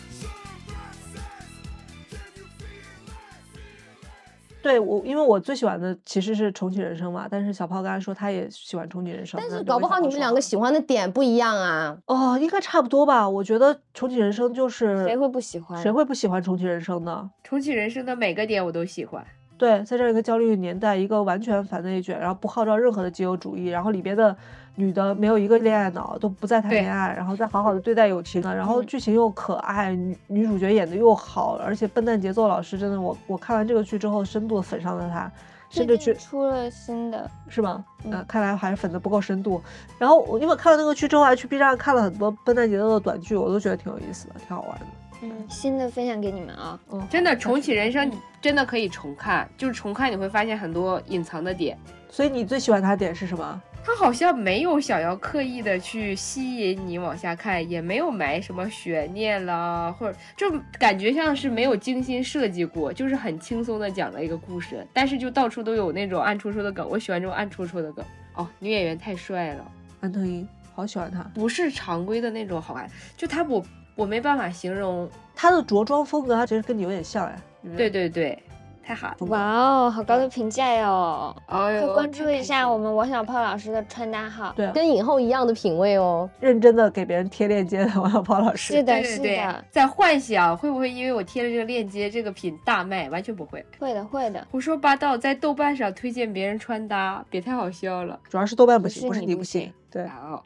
对我，因为我最喜欢的其实是重启人生嘛，但是小炮刚才说他也喜欢重启人生，但那是就搞跟不小好炮你们说两好个了喜欢的点不一样啊。哦，应该差不多吧？我觉得重启人生嗯就是谁会不喜欢谁会不喜欢重启人生呢？重启人生的每个点我都喜欢。对，在这样一个焦虑年代，一个完全反内卷，然后不号召任何的自由主义，然后里边的女的没有一个恋爱脑，都不再谈对恋爱，然后再好好的对待友情的，然后嗯剧情又可爱，女女主角演的又好，而且笨蛋节奏老师真的，我我看完这个剧之后，深度的粉上了他，最甚至近去出了新的，是吗？嗯呃，看来还是粉的不够深度。然后我因为看了那个剧之后，还去 B 站看了很多笨蛋节奏的短剧，我都觉得挺有意思的，挺好玩的。嗯，新的分享给你们啊。嗯，真的，好重启人生你真的可以重看，就是重看你会发现很多隐藏的点。所以你最喜欢他的点是什么？他好像没有想要刻意的去吸引你往下看，也没有埋什么悬念啦，或者就感觉像是没有精心设计过，就是很轻松的讲了一个故事，但是就到处都有那种暗戳戳的梗，我喜欢这种暗戳戳的梗。哦，女演员太帅了。安藤樱，好喜欢他。不是常规的那种好看，就他我我没办法形容。嗯他的着装风格，他其实跟你有点像哎。你们对，对对，太好了！嗯哇哦，好高的评价哟！哎快呦，关注太一开下心我了们王小胖老师的穿搭号。对，跟影后一样的品味哦。认真的给别人贴链接的 王小胖老师。是的，对是对的，，在幻想会不会因为我贴了这个链接，这个品大卖？完全不会，会的，会的。胡说八道，在豆瓣上推荐别人穿搭，别太好笑了。主要是豆瓣不不行，是不是你你不不行行。啊对，哦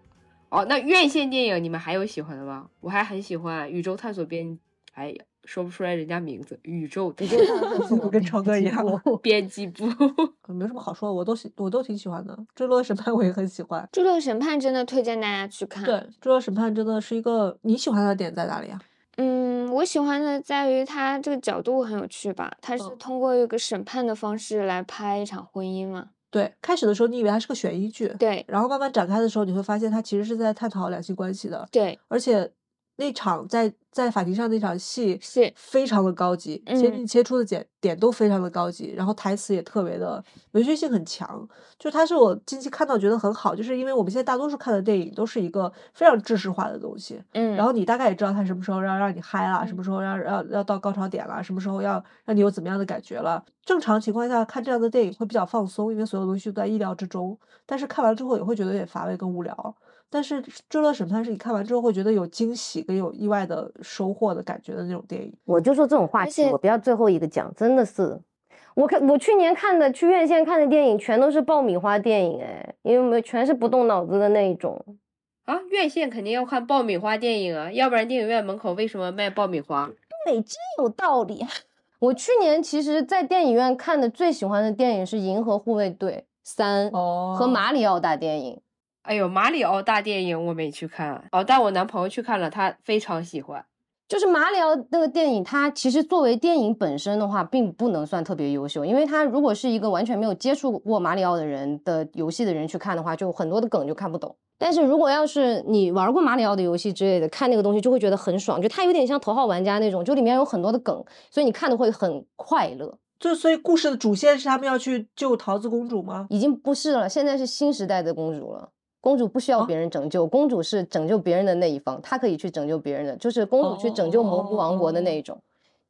哦，那院线电影你们还有喜欢的吗？我还很喜欢《宇宙探索编》，哎呀，说不出来人家名字，《宇宙探索我跟超哥一样，编辑部》没什么好说，我都喜，我都挺喜欢的。坠落的审判我也很喜欢。 《坠落审判》真的推荐大家去看。啊对，《坠落审判》真的是一个你喜欢它的点在哪里啊？嗯，我喜欢的在于它这个角度很有趣吧，它是嗯通过一个审判的方式来拍一场婚姻嘛。对，开始的时候你以为它是个悬疑剧，对然后慢慢展开的时候，你会发现它其实是在探讨两性关系的，对，而且那场在在法庭上那场戏是非常的高级，切嗯进切出的点点都非常的高级，然后台词也特别的文学性很强，就它是我近期看到觉得很好，就是因为我们现在大多数看的电影都是一个非常制式化的东西，嗯，然后你大概也知道它什么时候要让你嗨了，嗯什么时候要要要到高潮点了，什么时候要让你有怎么样的感觉了。正常情况下看这样的电影会比较放松，因为所有东西都在意料之中。但是看完之后也会觉得有点乏味跟无聊。但是《追乐审判》是你看完之后会觉得有惊喜跟有意外的收获的感觉的那种电影。我就说这种话而题，且我不要最后一个讲，真的是。我看我去年看的去院线看的电影，全都是爆米花电影，哎，因为我们全是不动脑子的那一种。 啊，院线肯定要看爆米花电影啊，要不然电影院门口为什么卖爆米花？对，真有道理。我去年其实，在电影院看的最喜欢的电影是《银河护卫队三》哦和《马里奥大电影》。哎呦，马里奥大电影我没去看，哦，但我男朋友去看了，他非常喜欢。就是马里奥那个电影，它其实作为电影本身的话，并不能算特别优秀，因为它如果是一个完全没有接触过马里奥的人的游戏的人去看的话，就很多的梗就看不懂。但是如果要是你玩过马里奥的游戏之类的，看那个东西就会觉得很爽，就它有点像头号玩家那种，就里面有很多的梗，所以你看的会很快乐。就所以故事的主线是他们要去救桃子公主吗？已经不是了，现在是新时代的公主了。公主不需要啊别人拯救，公主是拯救别人的那一方，她可以去拯救别人的，就是公主去拯救蘑菇王国的那一种，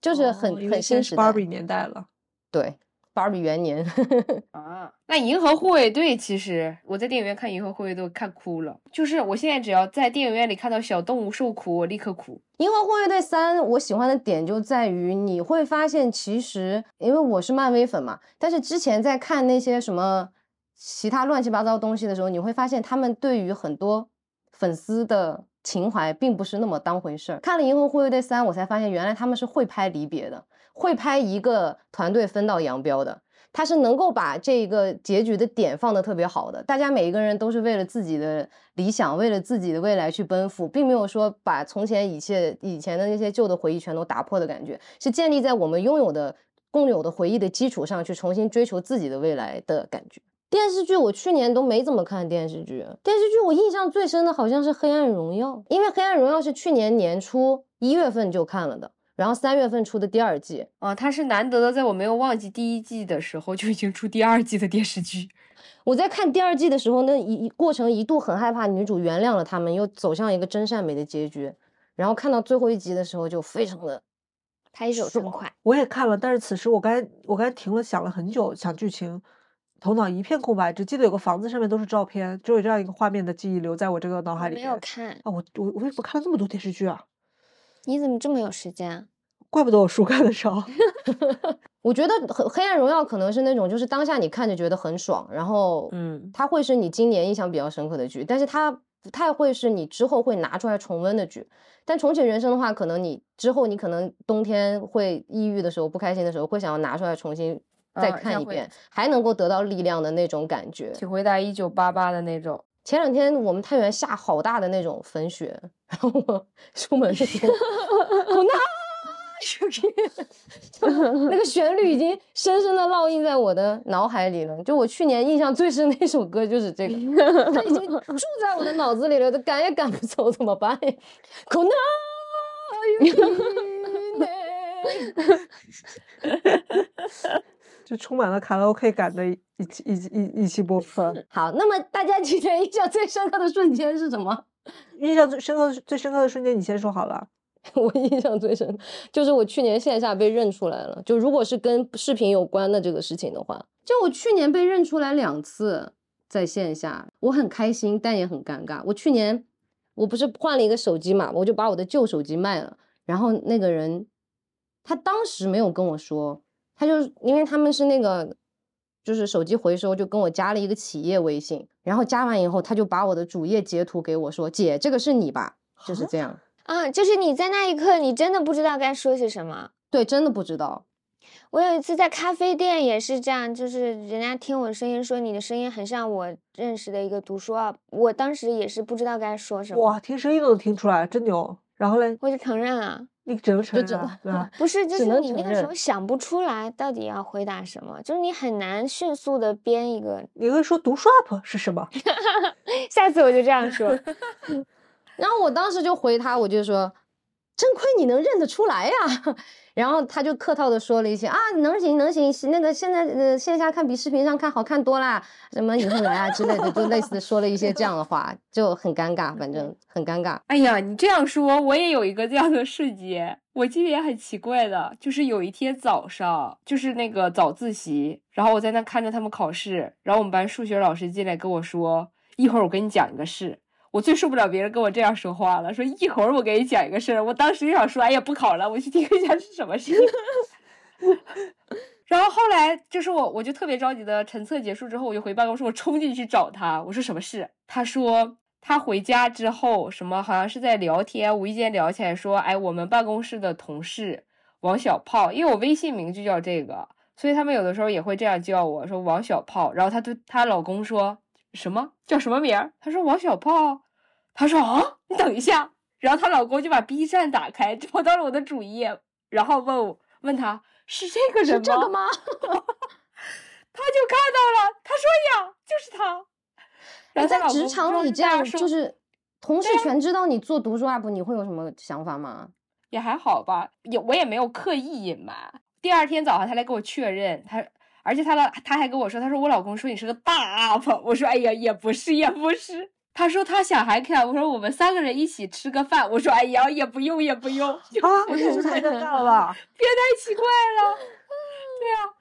就是很、哦因为很现在新是时芭代。比年代了。对，芭比元年。 啊，那《银河护卫队》其实我在电影院看《银河护卫队》看哭了，就是我现在只要在电影院里看到小动物受苦，我立刻哭。银河护卫队三，我喜欢的点就在于你会发现，其实因为我是漫威粉嘛，但是之前在看那些什么其他乱七八糟东西的时候，你会发现他们对于很多粉丝的情怀并不是那么当回事儿。看了银河护卫队三，我才发现原来他们是会拍离别的，会拍一个团队分道扬镳的。他是能够把这个结局的点放得特别好的，大家每一个人都是为了自己的理想，为了自己的未来去奔赴，并没有说把从前一切以前的那些旧的回忆全都打破的感觉，是建立在我们拥有的共有的回忆的基础上去重新追求自己的未来的感觉。电视剧我去年都没怎么看电视剧，电视剧我印象最深的好像是《黑暗荣耀》，因为《黑暗荣耀》是去年年初一月份就看了的，然后三月份出的第二季，啊，它是难得的，在我没有忘记第一季的时候就已经出第二季的电视剧。我在看第二季的时候，那一一过程一度很害怕，女主原谅了他们，又走向一个真善美的结局。然后看到最后一集的时候，就非常的拍手是称快。我也看了，但是此时我刚才我刚才停了，想了很久，想剧情，头脑一片空白，只记得有个房子上面都是照片，只有这样一个画面的记忆留在我这个脑我海里没面。有看，啊，我我我为什么看了这么多电视剧啊？你怎么这么有时间啊？怪不得我书看的少。 我觉得很《黑暗荣耀》可能是那种，就是当下你看着觉得很爽，然后嗯，它会是你今年印象比较深刻的剧，但是它不太会是你之后会拿出来重温的剧。但重启人生的话，可能你之后你可能冬天会抑郁的时候、不开心的时候，会想要拿出来重新再啊看像一会遍，还能够得到力量的那种感觉。请回答一九八八的那种。前两天我们太原下好大的那种粉雪，然后我出门的时候，我那就是就那个旋律已经深深的烙印在我的脑海里了。就我去年印象最深的一首歌就是这个，它已经住在我的脑子里了，赶也赶不走，怎么办呀？可能哎有一年就充满了卡拉 OK 感的一一期一期一一期播客。 好，那么大家今天印象最深刻的瞬间是什么？啊印象最深刻的、最深刻的瞬间，你先说好了。我印象最深就是我去年线下被认出来了，就如果是跟视频有关的这个事情的话，就我去年被认出来两次，在线下，我很开心，但也很尴尬。我去年我不是换了一个手机嘛，我就把我的旧手机卖了，然后那个人他当时没有跟我说，他就因为他们是那个。就是手机回收，就跟我加了一个企业微信，然后加完以后，他就把我的主页截图给我说：“姐，这个是你吧？”就是这样。啊，就是你在那一刻，你真的不知道该说些什么。对，真的不知道。我有一次在咖啡店也是这样，就是人家听我声音说你的声音很像我认识的一个读书啊，我当时也是不知道该说什么，哇，听声音都能听出来，真牛。然后嘞，我就承认啊了。你只能承就认了，对 吧？不是，就只是能你那承个时候认想不出来到底要回答什么，就是你很难迅速的编一个。你会说读 shop 是什么？ 下次我就这样 说，然后我当时就回他，我就说：“真亏你能认得出来呀、 然后他就客套的说了一些啊，能行能行，那个现在呃线下看比视频上看好看多啦，什么以后来啊之类的，就类似的说了一些这样的话，就很尴尬，反正很尴尬。哎呀，你这样说，我也有一个这样的事节。我记得也很奇怪的，就是有一天早上，就是那个早自习，然后我在那看着他们考试，然后我们班数学老师进来跟我说：“一会儿我跟你讲一个事。”我最受不了别人跟我这样说话了，说一会儿我给你讲一个事儿。我当时就想说：“哎呀，不考了，我去听一下是什么事。”然后后来就是我，我就特别着急的晨测结束之后，我就回办公室，我冲进去找他，我说什么事？他说他回家之后，什么好像是在聊天，无意间聊起来说，哎，我们办公室的同事王小炮，因为我微信名就叫这个，所以他们有的时候也会这样叫我说王小炮。然后她对她老公说什么叫什么名儿？她说王小炮。她说啊，你等一下。然后她老公就把 B 站打开，找到了我的主页，然后问我问他是这个人是这个 吗？他就看到了，他说呀，就是他。然你后她在老哎职公场就是里这大样，声就是同事对啊全知道你做读书啊 UP，你会有什么想法吗？也还好吧，也我也没有刻意隐瞒。第二天早上他来跟我确认，他而且他的他还跟我说，他说我老公说你是个大 UP，我说哎呀也不是也不是。他说他想还看，我说我们三个人一起吃个饭，我说哎呀也不用也不用，就啊，我这就太尴尬了吧？别太奇怪了。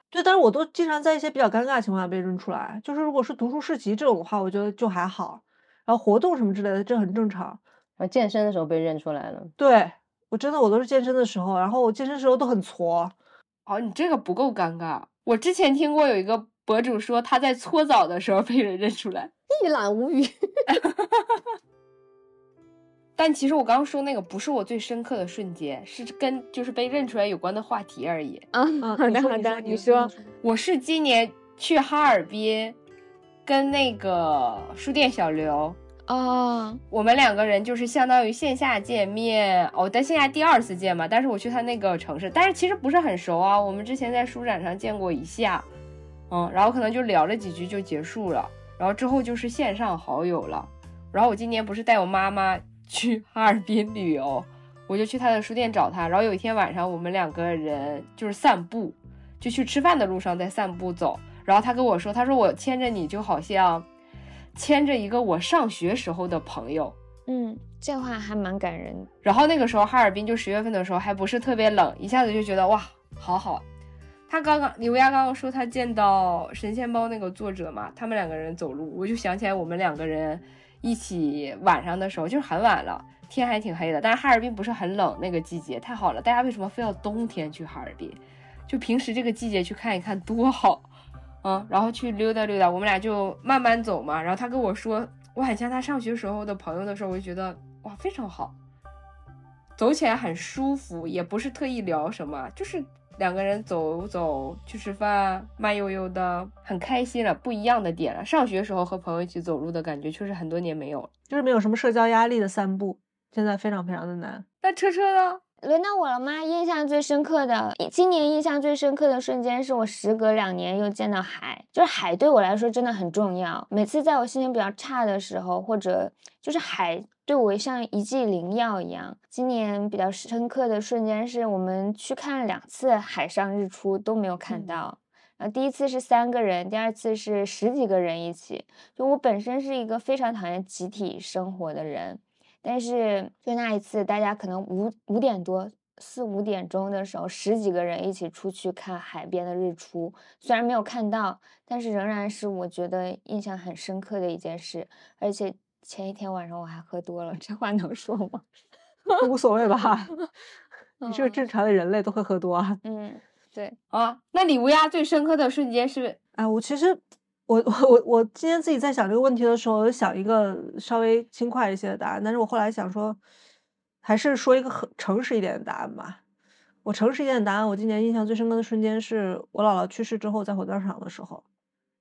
对，但是我都经常在一些比较尴尬的情况下被认出来。就是如果是读书市集这种的话，我觉得就还好。然后活动什么之类的，这很正常。我健身的时候被认出来了，对我真的我都是健身的时候，然后我健身时候都很挫。哦，你这个不够尴尬。我之前听过有一个博主说他在搓澡的时候被人认出来，一览无余。但其实我刚刚说那个不是我最深刻的瞬间，是跟就是被认出来有关的话题而已。啊，嗯，好你的说好的，你你说说你，说我是今年去哈尔滨，跟那个书店小刘，哦，我们两个人就是相当于线下见面哦，但线下第二次见嘛，但是我去他那个城市，但是其实不是很熟啊，我们之前在书展上见过一下，嗯，然后可能就聊了几句就结束了，然后之后就是线上好友了，然后我今年不是带我妈妈去哈尔滨旅游，我就去他的书店找他，然后有一天晚上我们两个人就是散步，就去吃饭的路上在散步走，然后他跟我说，他说我牵着你就好像牵着一个我上学时候的朋友。嗯，这话还蛮感人的。然后那个时候哈尔滨就十月份的时候还不是特别冷，一下子就觉得哇，好好。啊他刚刚刘丫刚刚说他见到神仙包那个作者嘛，他们两个人走路，我就想起来我们两个人一起晚上的时候，就是很晚了，天还挺黑的，但是哈尔滨不是很冷那个季节，太好了。大家为什么非要冬天去哈尔滨？就平时这个季节去看一看多好，嗯，然后去溜达溜达，我们俩就慢慢走嘛。然后他跟我说我很像他上学时候的朋友的时候，我就觉得哇非常好，走起来很舒服，也不是特意聊什么，就是两个人走走去吃饭，慢悠悠的，很开心了，不一样的点了。上学时候和朋友一起走路的感觉，确实很多年没有了。就是没有什么社交压力的散步，现在非常非常的 难。那车车呢？轮到我了吗？印象最深刻的，今年印象最深刻的瞬间是我时隔两年又见到海，就是海对我来说真的很重要。每次在我心情比较差的时候，或者就是海对我像一剂灵药一样。今年比较深刻的瞬间是我们去看两次海上日出都没有看嗯到。然后第一次是三个人，第二次是十几个人一起。就我本身是一个非常讨厌集体生活的人，但是就那一次，大家可能五五点多、四五点钟的时候，十几个人一起出去看海边的日出，虽然没有看到，但是仍然是我觉得印象很深刻的一件事。而且前一天晚上我还喝多了， 这话能说吗？无所谓 吧？ 你是个嗯正常的人类，都会喝多啊。嗯，对，啊，那你乌鸦最深刻的瞬间是哎，我其实我我我我今天自己在想这个问题的时候，我想一个稍微轻快一些的答案，但是我后来想说，还是说一个很诚实一点的答案吧。我诚实一点的答案，我今年印象最深刻的瞬间是我姥姥去世之后，在火葬场的时候，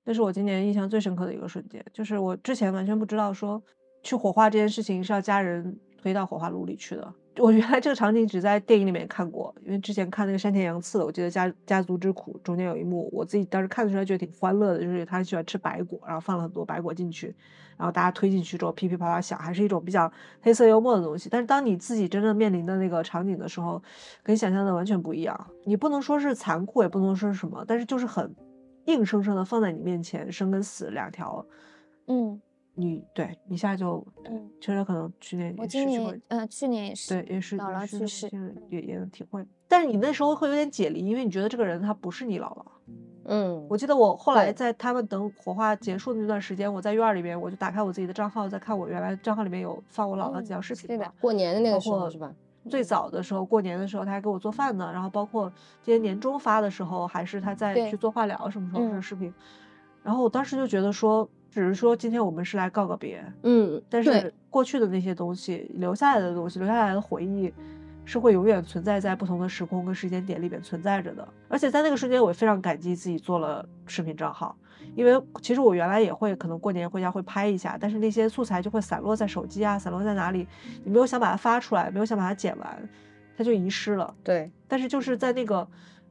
那是我今年印象最深刻的一个瞬间。就是我之前完全不知道说去火化这件事情是要家人推到火化炉里去的。我原来这个场景只在电影里面看过，因为之前看那个山田洋次的，我记得家《家族之苦》中间有一幕，我自己当时看的时候觉得挺欢乐的，就是他喜欢吃白果，然后放了很多白果进去，然后大家推进去之后噼噼啪啪响，还是一种比较黑色幽默的东西。但是当你自己真正面临的那个场景的时候，跟想象的完全不一样。你不能说是残酷，也不能说是什么，但是就是很硬生生的放在你面前，生跟死两条，嗯你对一下就，嗯，其实可能去年我也今失去过年呃去年也是，对，也是姥也姥是去会世这样也嗯也能体会。但是你那时候会有点解离，因为你觉得这个人他不是你姥姥。嗯我记得我后来对在他们等火化结束的那段时间，我在院儿里边，我就打开我自己的账号，在看我原来账号里面有放我姥姥几条视频是嘛的啊过哦年的那包个时括候是吧？嗯最早的时候，过年的时候，他还给我做饭呢。然后包括今年年终发的时候，还是嗯他在对去做化疗什么时候的嗯视频。然后我当时就觉得说，只是说今天我们是来告个别，嗯，但对是过去的那些东西，留下来的东西，留下来的回忆，是会永远存在在不同的时空跟时间点里边存在着的。而且在那个瞬间，我也非常感激自己做了视频账号，因为其实我原来也会可能过年回家会拍一下，但是那些素材就会散落在手机啊，散落在哪里，你没有想把它发出来，没有想把它剪完，它就遗失了。对，但是就是在那个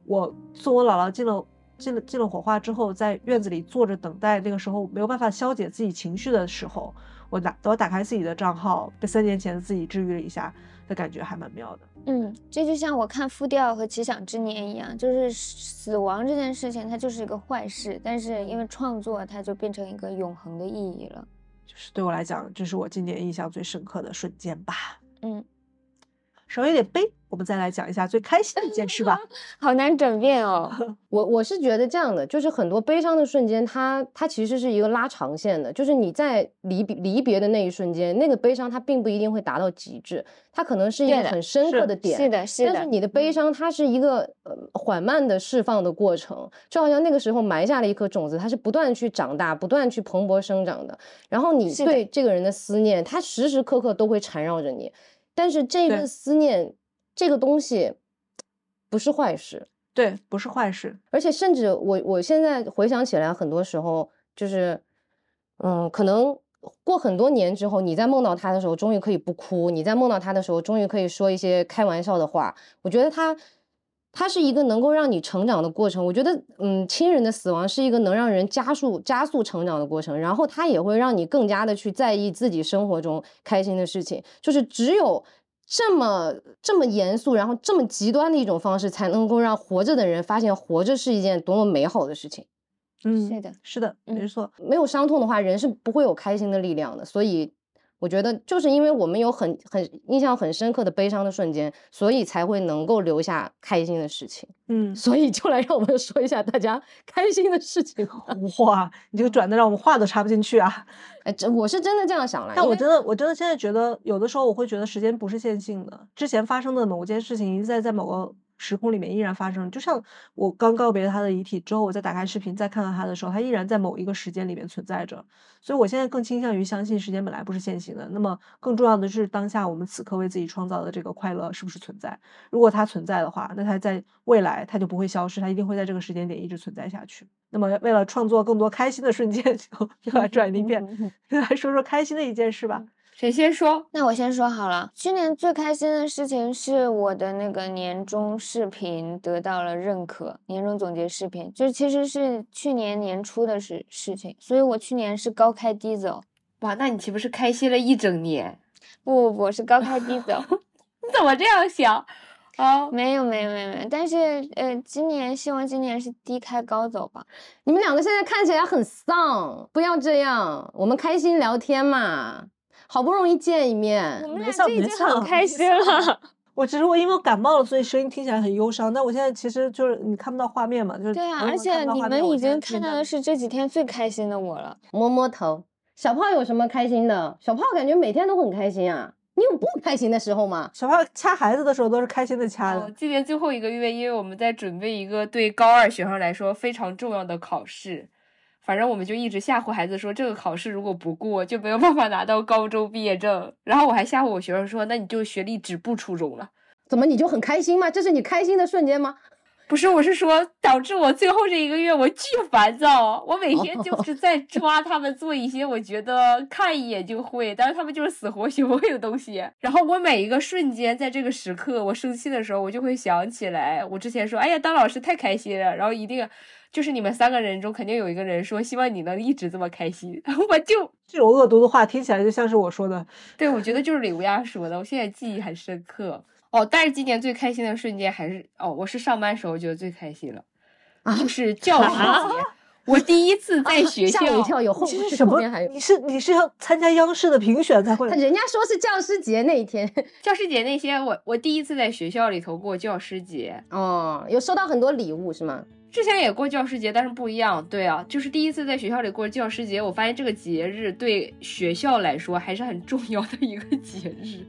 我送我姥姥进了进了进了火化之后，在院子里坐着等待，那个时候没有办法消解自己情绪的时候，我打我打开自己的账号，被三年前的自己治愈了一下的感觉还蛮妙的。嗯，这就像我看《复调》和《奇想之年》一样，就是死亡这件事情，它就是一个坏事，但是因为创作，它就变成一个永恒的意义了。就是对我来讲，这是我今年印象最深刻的瞬间吧。嗯，稍微有点悲，我们再来讲一下最开心的一件 事吧。好难转变哦。我我是觉得这样的，就是很多悲伤的瞬间，它它其实是一个拉长线的，就是你在离别离别的那一瞬间，那个悲伤它并不一定会达到极致，它可能是一个对的很深是刻的点， 是的，是但的嗯是，你的悲伤，它是一个呃缓慢的释放的过程，就好像那个时候埋下了一颗种子，它是不断去长大、不断去蓬勃生长的。然后你是的对这个人的思念，它时时刻刻都会缠绕着你。但是这对个思念，这个东西不是坏事，对，不是坏事。而且甚至我我现在回想起来，很多时候就是，嗯，可能过很多年之后，你在梦到他的时候，终于可以不哭；你在梦到他的时候，终于可以说一些开玩笑的话。我觉得他，他是一个能够让你成长的过程。我觉得，嗯，亲人的死亡是一个能让人加速加速成长的过程，然后他也会让你更加的去在意自己生活中开心的事情。就是只有这么这么严肃，然后这么极端的一种方式，才能够让活着的人发现活着是一件多么美好的事情。嗯，是的，是的，没嗯错。没有伤痛的话，人是不会有开心的力量的。所以，我觉得就是因为我们有很很印象很深刻的悲伤的瞬间，所以才会能够留下开心的事情。嗯，所以，就来让我们说一下大家开心的事情吧。哇，你这个转的让我们话都插不进去啊。哎，这我是真的这样想了。但因我为真的，我真的现在觉得，有的时候我会觉得时间不是线性的，之前发生的某件事情一直在在某个时空里面依然发生。就像我刚告别他的遗体之后，我再打开视频再看到他的时候，他依然在某一个时间里面存在着。所以我现在更倾向于相信时间本来不是线性的。那么更重要的是，当下我们此刻为自己创造的这个快乐是不是存在？如果它存在的话，那它在未来它就不会消失，它一定会在这个时间点一直存在下去。那么为了创作更多开心的瞬间，就 又来转一 遍。 来说说开心的一件事嗯吧。谁先说？那我先说好了，去年最开心的事情是我的那个年终视频得到了认可，年终总结视频，就其实是去年年初的事事情，所以我去年是高开低走，哇，那你岂不是开心了一整年？不不不是高开低 走，你怎么这样想？啊，没有没有没有没有，但是呃，今年希望今年是低开高走吧，你们两个现在看起来很丧，不要这样，我们开心聊天嘛。好不容易见一面我，们没俩事儿就已没经事儿很开心了。 我只是我因为我感冒了，所以声音听起来很忧伤。但我现在其实就是你看不到画面嘛，就是对啊，朋友而且看不到你画们面我已现在经自己看到在的是这几天最开心的我了。摸摸头。小胖有什么开心的？小胖感觉每天都很开心啊。你有不开心的时候吗？小胖掐孩子的时候都是开心的掐我哦的，今嗯年最后一个月，因为我们在准备一个对高二学生来说非常重要的考试，反正我们就一直吓唬孩子说，这个考试如果不过就没有办法拿到高中毕业证。然后我还吓唬我学生说，那你就学历止步初中了。怎么你就很开心吗？这是你开心的瞬间吗？不是，我是说，导致我最后这一个月我巨烦躁，啊我每天就是在抓他们做一些我觉得看一眼就会，但是他们就是死活学不会的东西。然后我每一个瞬间，在这个时刻，我生气的时候，我就会想起来，我之前说，哎呀，当老师太开心了，然后一定就是你们三个人中肯定有一个人说，希望你能一直这么开心， 我就这种恶毒的话听起来就像是我说 的，对，我觉得就是李乌鸦说的，我现在记忆很深刻。哦，但是今年最开心的瞬间还是哦，我是上班时候觉得最开心了，啊就是教师节，我第一次在学校吓我一跳，有后这是面什后么面 还？有。你是你是要参加央视的评选才会他？人家说是教师节那一天教师节那些，我我第一次在学校里头过教师节，哦，有收到很多礼物是吗？之前也过教师节，但是不一样。对啊，就是第一次在学校里过教师节，我发现这个节日对学校来说还是很重要的一个节日，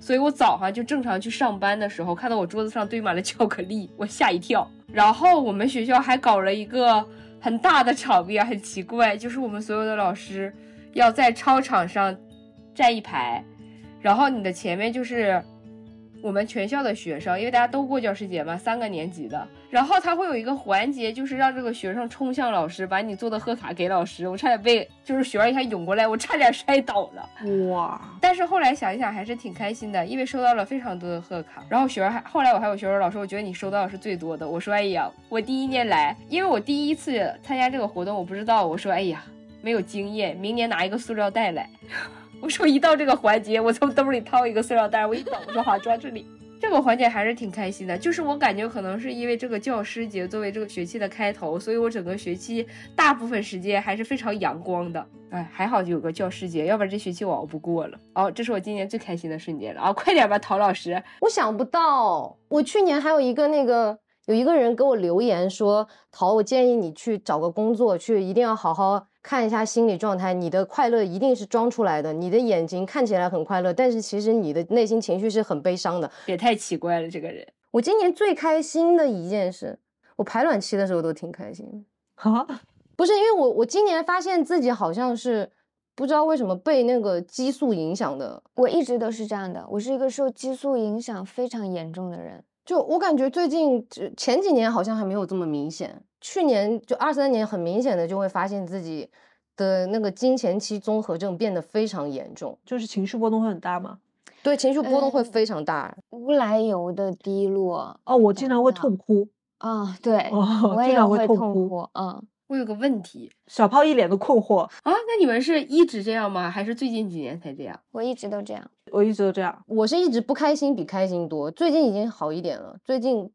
所以我早上就正常去上班的时候，看到我桌子上堆满了巧克力， 我吓一跳。然后我们学校还搞了一个很大的场面，很奇怪，就是我们所有的老师要在操场上站一排，然后你的前面就是我们全校的学生，因为大家都过教师节嘛，三个年级的。然后他会有一个环节，就是让这个学生冲向老师，把你做的贺卡给老师。我差点被就是学生一下涌过来，我差点摔倒了。哇，但是后来想一想，还是挺开心的，因为收到了非常多的贺卡。然后学生还后来我还有学生老师，我觉得你收到的是最多的。我说哎呀，我第一年来，因为我第一次参加这个活动，我不知道。我说哎呀，没有经验，明年拿一个塑料袋来。 我说一到这个环节，我从兜里掏一个塑料袋，我一抖，我说好装这里。这个环节还是挺开心的，就是我感觉可能是因为这个教师节作为这个学期的开头，所以我整个学期大部分时间还是非常阳光的。哎，还好有个教师节，要不然这学期我熬不过了。哦，这是我今年最开心的瞬间了啊、快点吧，陶老师，我想不到，我去年还有一个那个有一个人给我留言说，陶，我建议你去找个工作，去一定要好好看一下心理状态，你的快乐一定是装出来的，你的眼睛看起来很快乐，但是其实你的内心情绪是很悲伤的。别太奇怪了，这个人。我今年最开心的一件事，我排卵期的时候都挺开心的。啊，不是因为我我今年发现自己好像是不知道为什么被那个激素影响的，我一直都是这样的，我是一个受激素影响非常严重的人。就我感觉最近这前几年好像还没有这么明显，去年就二三年很明显的就会发现自己的那个经前期综合症变得非常严重，就是情绪波动会很大吗？对情绪波动会嗯非常大。无来由的低落哦，我经哇常会那痛哭，啊，对，哦，我经也常会痛痛哭。哭，嗯，我有个问题小胖一脸的困惑，啊，那你们是一直这样吗？还是最近几年才这样？我一直都这样。我一直都这样。我是一直不开心比开心多，最近已经好一点了，最近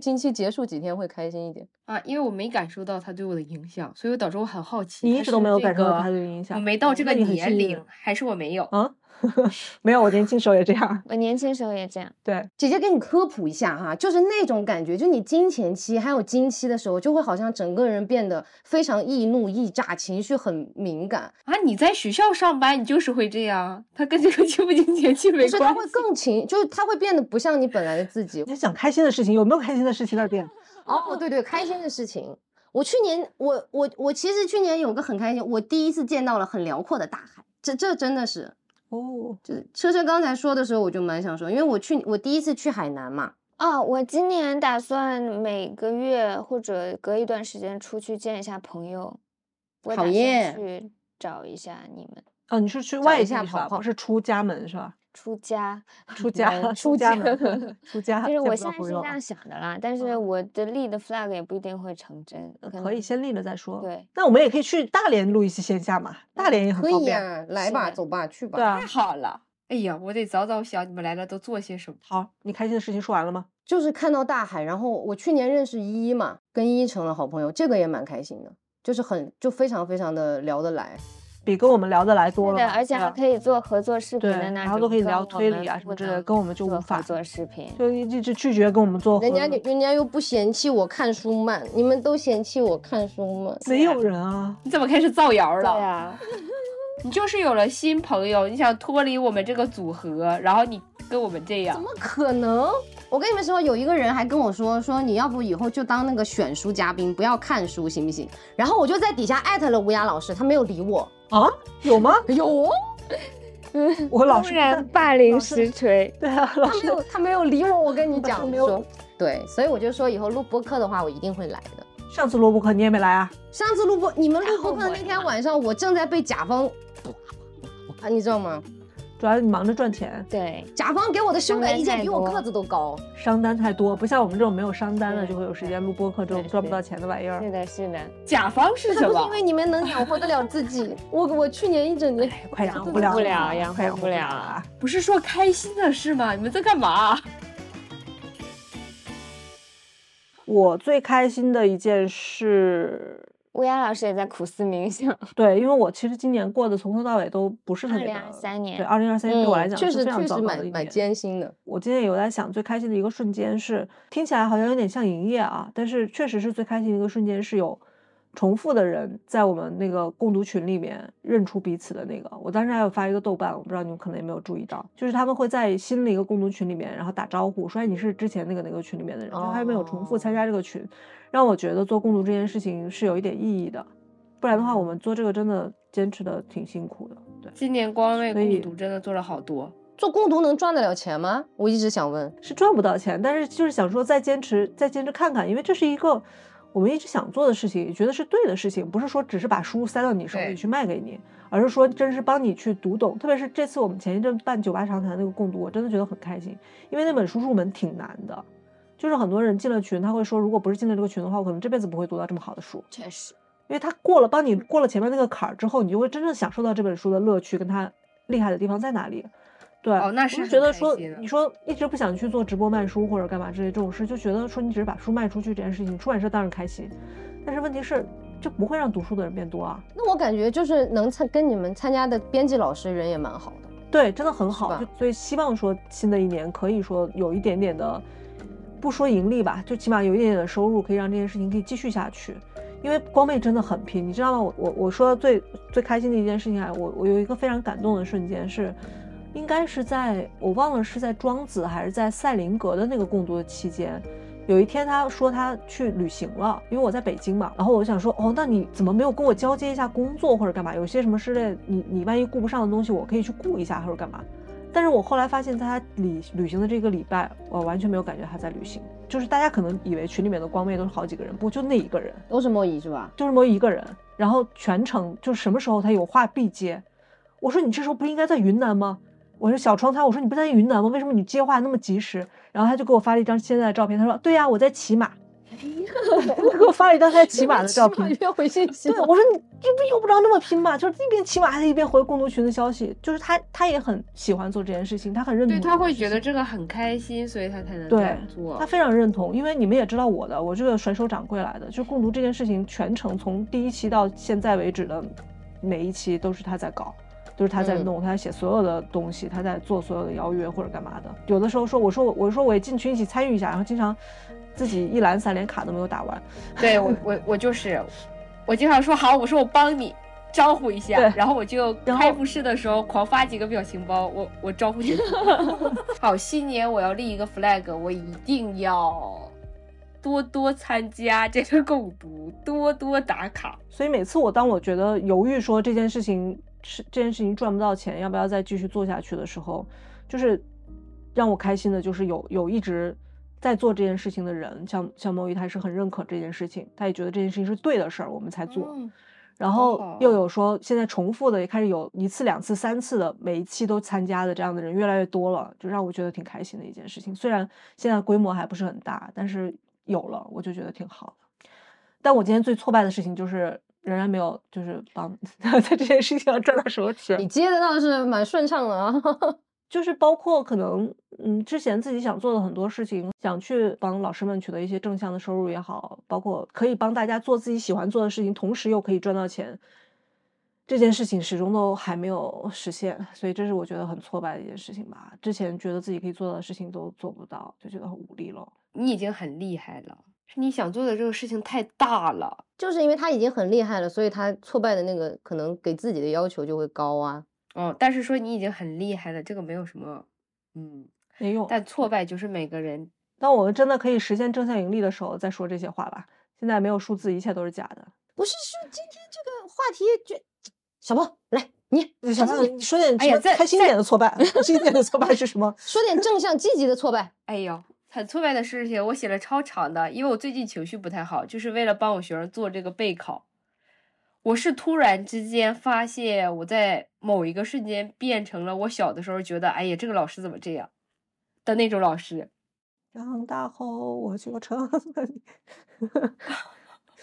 经期结束几天会开心一点。啊，因为我没感受到他对我的影响，所以导致我很好奇。你一他直都是没有这感受到个他的影响我没到哦这那个你很幸运年龄，还是我没有。啊， 没有，我年轻时候也这样。我年轻时候也这样，对，姐姐给你科普一下哈，就是那种感觉，就你经前期还有经期的时候，就会好像整个人变得非常易怒、易炸，情绪很敏感，啊，你在学校上班，你就是会这样，啊他跟这个经不经节气没不是他关会系。更情，就是他会变得不像你本来的自 己。你想开心的事情有没有开心的事情那变？哦，对对，开心的事情。我去年，我我我其实去年有个很开心，我第一次见到了很辽阔的大海，这这真的是，哦，就是车车刚才说的时候，我就蛮想说，因为我去我第一次去海南嘛，哦，我今年打算每个月或者隔一段时间出去见一下朋友，我讨打算厌去找一一下你们哦，你是去外一地下是跑吧？跑不是出家门是吧？出家。出家，门出嗯出家家 门，出家。就是见我不现到在是朋这友啊样想的啦，但是嗯我的立的 flag 也不一定会成真，呃能可以先立了再说。对，那我们也可以去大连录一期线下嘛，大连也很可方以便。呀、嗯来是吧，的走吧，去吧。对啊太，好了，哎呀，我得早早想你们来了都做些什么。好，你开心的事情说完了吗？就是看到大海，然后我去年认识依依嘛，跟依依成了好朋友，这个也蛮开心的，就是很就非常非常的聊得来。比跟我们聊得来多对了的，嘛，而且对啊还吧可以做合作视频对的那种，然后都可以聊跟我推们理啊不什么之类能的跟我们就做无法合作视频。就一一直拒绝跟我们做合人作。家就人家又不嫌弃我看书慢，你们都嫌弃我看书慢。没有人啊，你怎么开始造谣对了？啊，你就是有了新朋友，你想脱离我们这个组合，然后你跟我们这样怎，么可能？我跟你们说，有一个人还跟我说说你要不以后就当那个选书嘉宾，不要看书，行不行？然后我就在底下艾特了吴雅老师，他没有理我。啊，有吗？有、哦，我老公是然霸凌老师实锤，对啊，老他没师 有，他没有理我。我跟你他讲，没有说对，所以我就说以后录播客的话，我一定会来的。上次罗伯克你也没来啊？上次录播，你们录播后课的悔那天了晚上，我正在被甲方，啊，你知道吗？主要你忙着赚钱，对，甲方给我的修改意商见单比我太多个子都高。商单太多，不像我们这种没有商单的对就会有时间录播客这种对赚不到钱的玩意儿是。的，是的，甲方哎是什这不是么 因？为你们能养活得了自己，我我去年一整年，哎快养真活不的了不了了养快活养活不不了啊！不是说开心的事吗？你们在干嘛？我最开心的一件事，乌鸦老师也在苦思冥想。对，因为我其实今年过得从头到尾都不是特别的。 2023年对，二啊零二三年对我来讲嗯确是实非常确糟实糕蛮的一蛮年。艰辛的。我今天有在想，最开心的一个瞬间是，听起来好像有点像营业啊，但是确实是最开心的一个瞬间是有重复的人在我们那个共读群里面认出彼此的那个。我当时还有发一个豆瓣，我不知道你们可能也没有注意到，就是他们会在新的一个共读群里面，然后打招呼说哎你是之前那个那个群里面的人，就还没有重复参加这个群，让我觉得做共读这件事情是有一点意义的，不然的话我们做这个真的坚持的挺辛苦的，对。今年光为所以嗯共读真的做了好多，做共读能赚得了钱吗？我一直想问。是赚不到钱，但是就是想说再坚持，再坚持看看，因为这是一个我们一直想做的事情，也觉得是对的事情，不是说只是把书塞到你手对里去卖给你，而是说真是帮你去读懂。特别是这次我们前一阵办酒吧长谈那个共读，我真的觉得很开心，因为那本书入门挺难的，就是很多人进了群，他会说，如果不是进了这个群的话，我可能这辈子不会读到这么好的书。确实，因为他过了帮你过了前面那个坎儿之后，你就会真正享受到这本书的乐趣跟它厉害的地方在哪里。对，哦那是我就觉很得开说心的，啊你说一直不想去做直播卖书或者干嘛之类这种事，就觉得说你只是把书卖出去这件事情，出版社当然开心，但是问题是这不会让读书的人变多啊。那我感觉就是能参跟你们参加的编辑老师人也蛮好的，对，真的很是好，吧就所以希望说新的一年可以说有一点点的，不说盈利吧，就起码有一点点的收入，可以让这件事情可以继续下去。因为光妹真的很拼，你知道吗？我我我说最最开心的一件事情啊，我我有一个非常感动的瞬间是，应该是在我忘了是在庄子还是在赛林格的那个共读的期间，有一天他说他去旅行了，因为我在北京嘛，然后我想说，哦，那你怎么没有跟我交接一下工作或者干嘛？有些什么之类，你你万一顾不上的东西，我可以去顾一下或者干嘛。但是我后来发现，在他旅旅行的这个礼拜，我完全没有感觉他在旅行。就是大家可能以为群里面的光妹都是好几个人，不就那一个人，都是莫姨是吧？就这么一个人。然后全程就什么时候他有话必接。我说你这时候不应该在云南吗？我说小窗他，我说你不在云南吗？为什么你接话那么及时？然后他就给我发了一张现在的照片，他说对呀、我在骑马。哎他给我发了一张他在骑马的照 片，约回 信息对，我说你这不用不着那么拼嘛，就是一边骑马还一边回共读群的消息，就是他他也很喜欢做这件事情，他很认同这对件事情，他会觉得这个很开心，所以他才能这对样做。他非常认同，因为你们也知道我的，我这个甩手掌柜来的，就共读这件事情全程从第一期到现在为止的每一期都是他在搞，都是他在嗯弄，他在写所有的东西，他在做所有的邀约或者干嘛的。有的时候说我说我我说我也进群一起参与一下，然后经常自己一栏三连卡都没有打完， 对我我我就是，我经常说好，我说我帮你招呼一下对，然后我就然开后幕式的时候狂发几个表情包，我我招呼你。 好，新年我要立一个 flag，我一定要多多参加这个共读，多多打卡。所以每次我当我觉得犹豫说这件事情是这件事情赚不到钱，要不要再继续做下去的时候，就是让我开心的，就是有有一直在做这件事情的人，像像猫鱼，他是很认可这件事情，他也觉得这件事情是对的事儿，我们才做。嗯然好后好啊又有说现在重复的也开始有一次、两次、三次的，每一期都参加的这样的人越来越多了，就让我觉得挺开心的一件事情。虽然现在规模还不是很大，但是有了我就觉得挺好的。但我今天最挫败的事情就是仍然没有就是帮 在这件事情上赚到什么你钱，接的倒是蛮顺畅的啊。 就是包括可能嗯之前自己想做的很多事情，想去帮老师们取得一些正向的收入也好，包括可以帮大家做自己喜欢做的事情，同时又可以赚到钱。这件事情始终都还没有实现，所以这是我觉得很挫败的一件事情吧。之前觉得自己可以做到的事情都做不到，就觉得很无力了。你已经很厉害了，是你想做的这个事情太大了。就是因为他已经很厉害了，所以他挫败的那个可能给自己的要求就会高啊。哦，但是说你已经很厉害了，这个没有什么，嗯，没用。但挫败就是每个人当我们真的可以实现正向盈利的时候，再说这些话吧。现在没有数字，一切都是假的。不是说今天这个话题就，小波来你小胖，你说点什哎呀么在开心一在点的 挫败，开心一点的挫败是什么？说点正向积极的挫败。哎呦，很挫败的事情，我写了超长的，因为我最近情绪不太好，就是为了帮我学生做这个备考。我是突然之间发现，我在某一个瞬间变成了我小的时候觉得，哎呀，这个老师怎么这样的那种老师。长大后我就成了你。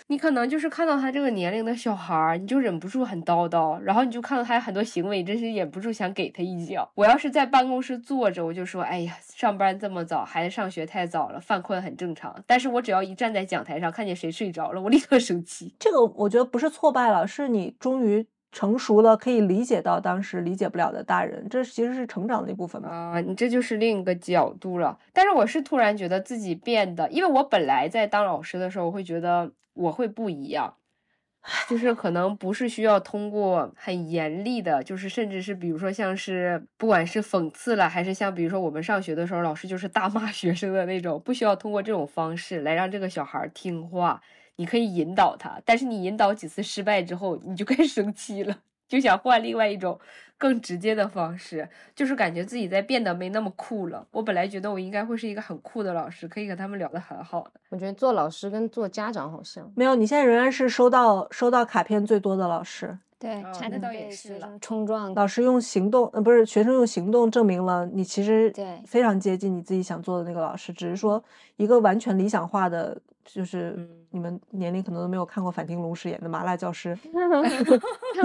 你可能就是看到他这个年龄的小孩儿，你就忍不住很叨叨，然后你就看到他有很多行为，真是忍不住想给他一脚。我要是在办公室坐着，我就说，哎呀，上班这么早，孩子上学太早了，犯困很正常。但是我只要一站在讲台上，看见谁睡着了，我立刻生 气。这个我觉得不是挫败了，是你终于成熟了，可以理解到当时理解不了的大人，这其实是成长的一部分嘛。啊、你这就是另一个角度了。但是我是突然觉得自己变得，因为我本来在当老师的时候，我会觉得我会不一样，就是可能不是需要通过很严厉的，就是甚至是比如说像是不管是讽刺了，还是像比如说我们上学的时候，老师就是大骂学生的那种，不需要通过这种方式来让这个小孩儿听话。你可以引导他，但是你引导几次失败之后，你就该生气了，就想换另外一种更直接的方式。就是感觉自己在变得没那么酷了。我本来觉得我应该会是一个很酷的老师，可以和他们聊得很好的。我觉得做老师跟做家长好像，没有，你现在仍然是收到收到卡片最多的老师，对，哦差那点倒也被是学了生冲 撞 老师用行动，呃，不是学生用行动证明了你其实对非常接近你自己想做的那个老师，只是说一个完全理想化的，就是嗯你们年龄可能都没有看过反町隆史演的《麻辣教师》，看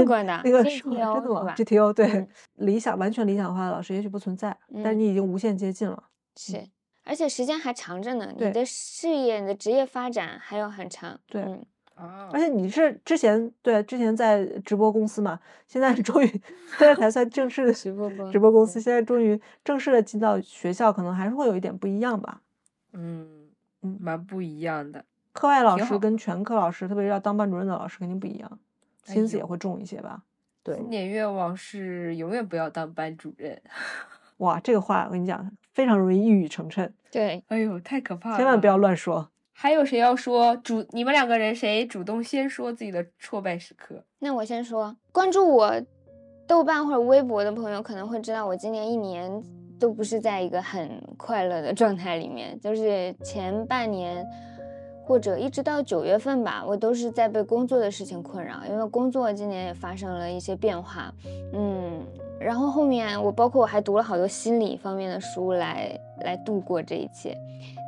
过的 那个是吗真的 GTO 是吗吧？ ？GTO 对、嗯理想完全理想化的老师也许不存在，但嗯你已经无限接近了。 是，而且时间还长着呢，对你的事业、你的职业发展还有很长。对嗯啊而且你是之前对之前在直播公司嘛，现在终于现在才算正式的直播公直播公司司，现在终于正式的进到学校，可能还是会有一点不一样吧。嗯嗯蛮不一样的。课外老挺师好跟全科老师，特别是要当班主任的老师肯定不一样，哎心思也呦会重一些吧。对新年愿望是永远不要当班主任。哇，这个话我跟你讲，非常容易一语成谶，对，哎呦，太可怕嗯了！千万不要。乱说。还有谁要说主？你们两个人谁主动先说自己的挫败时刻？那我先说，关注我豆瓣或者微博的朋友可能会知道，我今年一年都不是在一个很快乐的 状态里面，就是前半年。或者一直到九月份吧，我都是在被工作的事情困扰，因为工作今年也发生了一些变化，嗯，然后后面我包括我还读了好多心理方面的书来来度过这一切，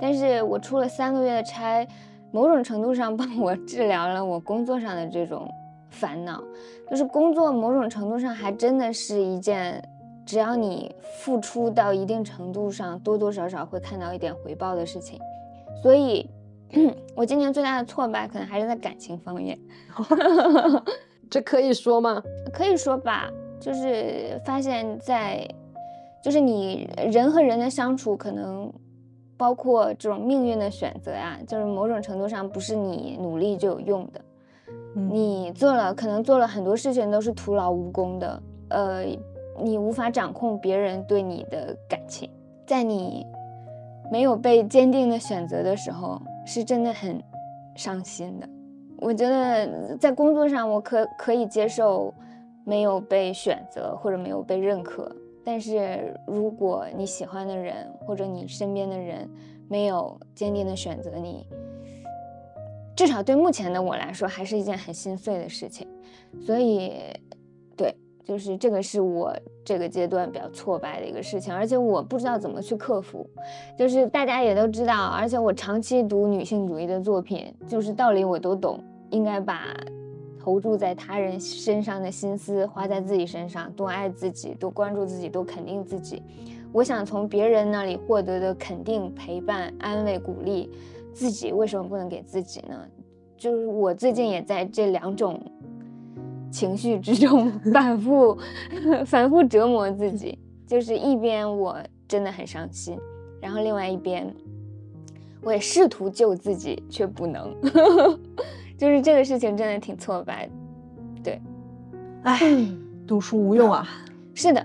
但是我出了三个月的差，某种程度上帮我治疗了我工作上的这种烦恼。就是工作某种程度上还真的是一件，只要你付出到一定程度上，多多少少会看到一点回报的事情。所以， 我今年最大的挫败可能还是在感情方面，这可以说吗？可以说吧，就是发现在，就是你人和人的相处，可能包括这种命运的选择啊，就是某种程度上不是你努力就有用的。嗯你做了，可能做了很多事情都是徒劳无功的，呃，你无法掌控别人对你的感情，在你没有被坚定的选择的时候，是真的很伤心的。我觉得在工作上，我可可以接受没有被选择或者没有被认可，但是如果你喜欢的人或者你身边的人没有坚定的选择你，至少对目前的我来说，还是一件很心碎的事情。所以，对，就是这个是我这个阶段比较挫败的一个事情，而且我不知道怎么去克服。就是大家也都知道，而且我长期读女性主义的作品，就是道理我都懂，应该把投注在他人身上的心思花在自己身上，多爱自己，多关注自己，多肯定自己。我想从别人那里获得的肯定、陪伴、安慰、鼓励，自己为什么不能给自己呢？就是我最近也在这两种情绪之中 反复反复折磨自己，就是一边我真的很伤心，然后另外一边我也试图救自己，却不能， 就是这个事情真的挺挫败的。哎，读书无用啊，是的，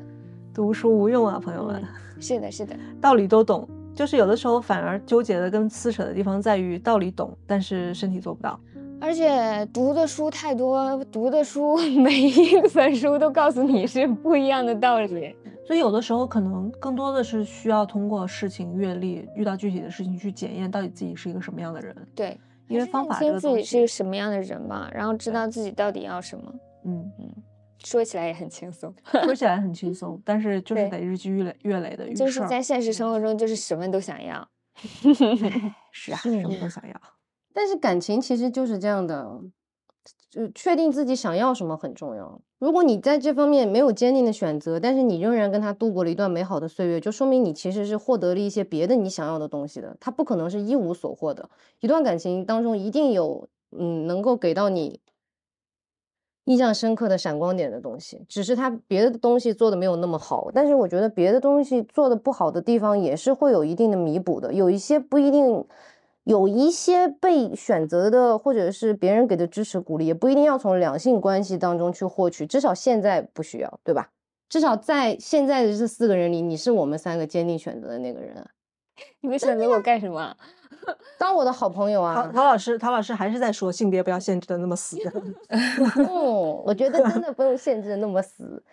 读书无用啊，朋友们，是的，是的，道理都懂，就是有的时候反而纠结的跟撕扯的地方在于道理懂，但是身体做不到。而且读的书太多，读的书 每一本书都告诉你是不一样的道理。所以有的时候可能更多的是需要通过事情阅历，遇到具体的事情去检验到底自己是一个什么样的人，对，因为还是方认法这清个自己东是西，什么样的人吧，然后知道自己到底要什么。嗯，说起来也很轻松，说起来很轻松，但是就是得对日积月累月累的遇就是事儿，嗯在现实生活中就是什么都想要。是啊，什么嗯都想 要。但是感情其实就是这样的，哦就确定自己想要什么很重要。如果你在这方面没有坚定的选择，但是你仍然跟他度过了一段美好的岁月，就说明你其实是获得了一些别的你想要的东西的。他不可能是一无所获的。一段感情当中一定有，嗯，能够给到你印象深刻的闪光点的东西，只是他别的东西做的没有那么好。但是我觉得别的东西做的不好的地方也是会有一定的弥补的，有一些不一定，有一些被选择的或者是别人给的支持鼓励，也不一定要从两性关系当中去获取，至少现在不需要，对吧？至少在现在的这四个人里，你是我们三个坚定选择的那个人啊，你们选择我干什么？当我的好朋友陶啊。陶老师，陶老师还是在说性别不要限制的那么 死。嗯，我觉得真的不用限制的那么死。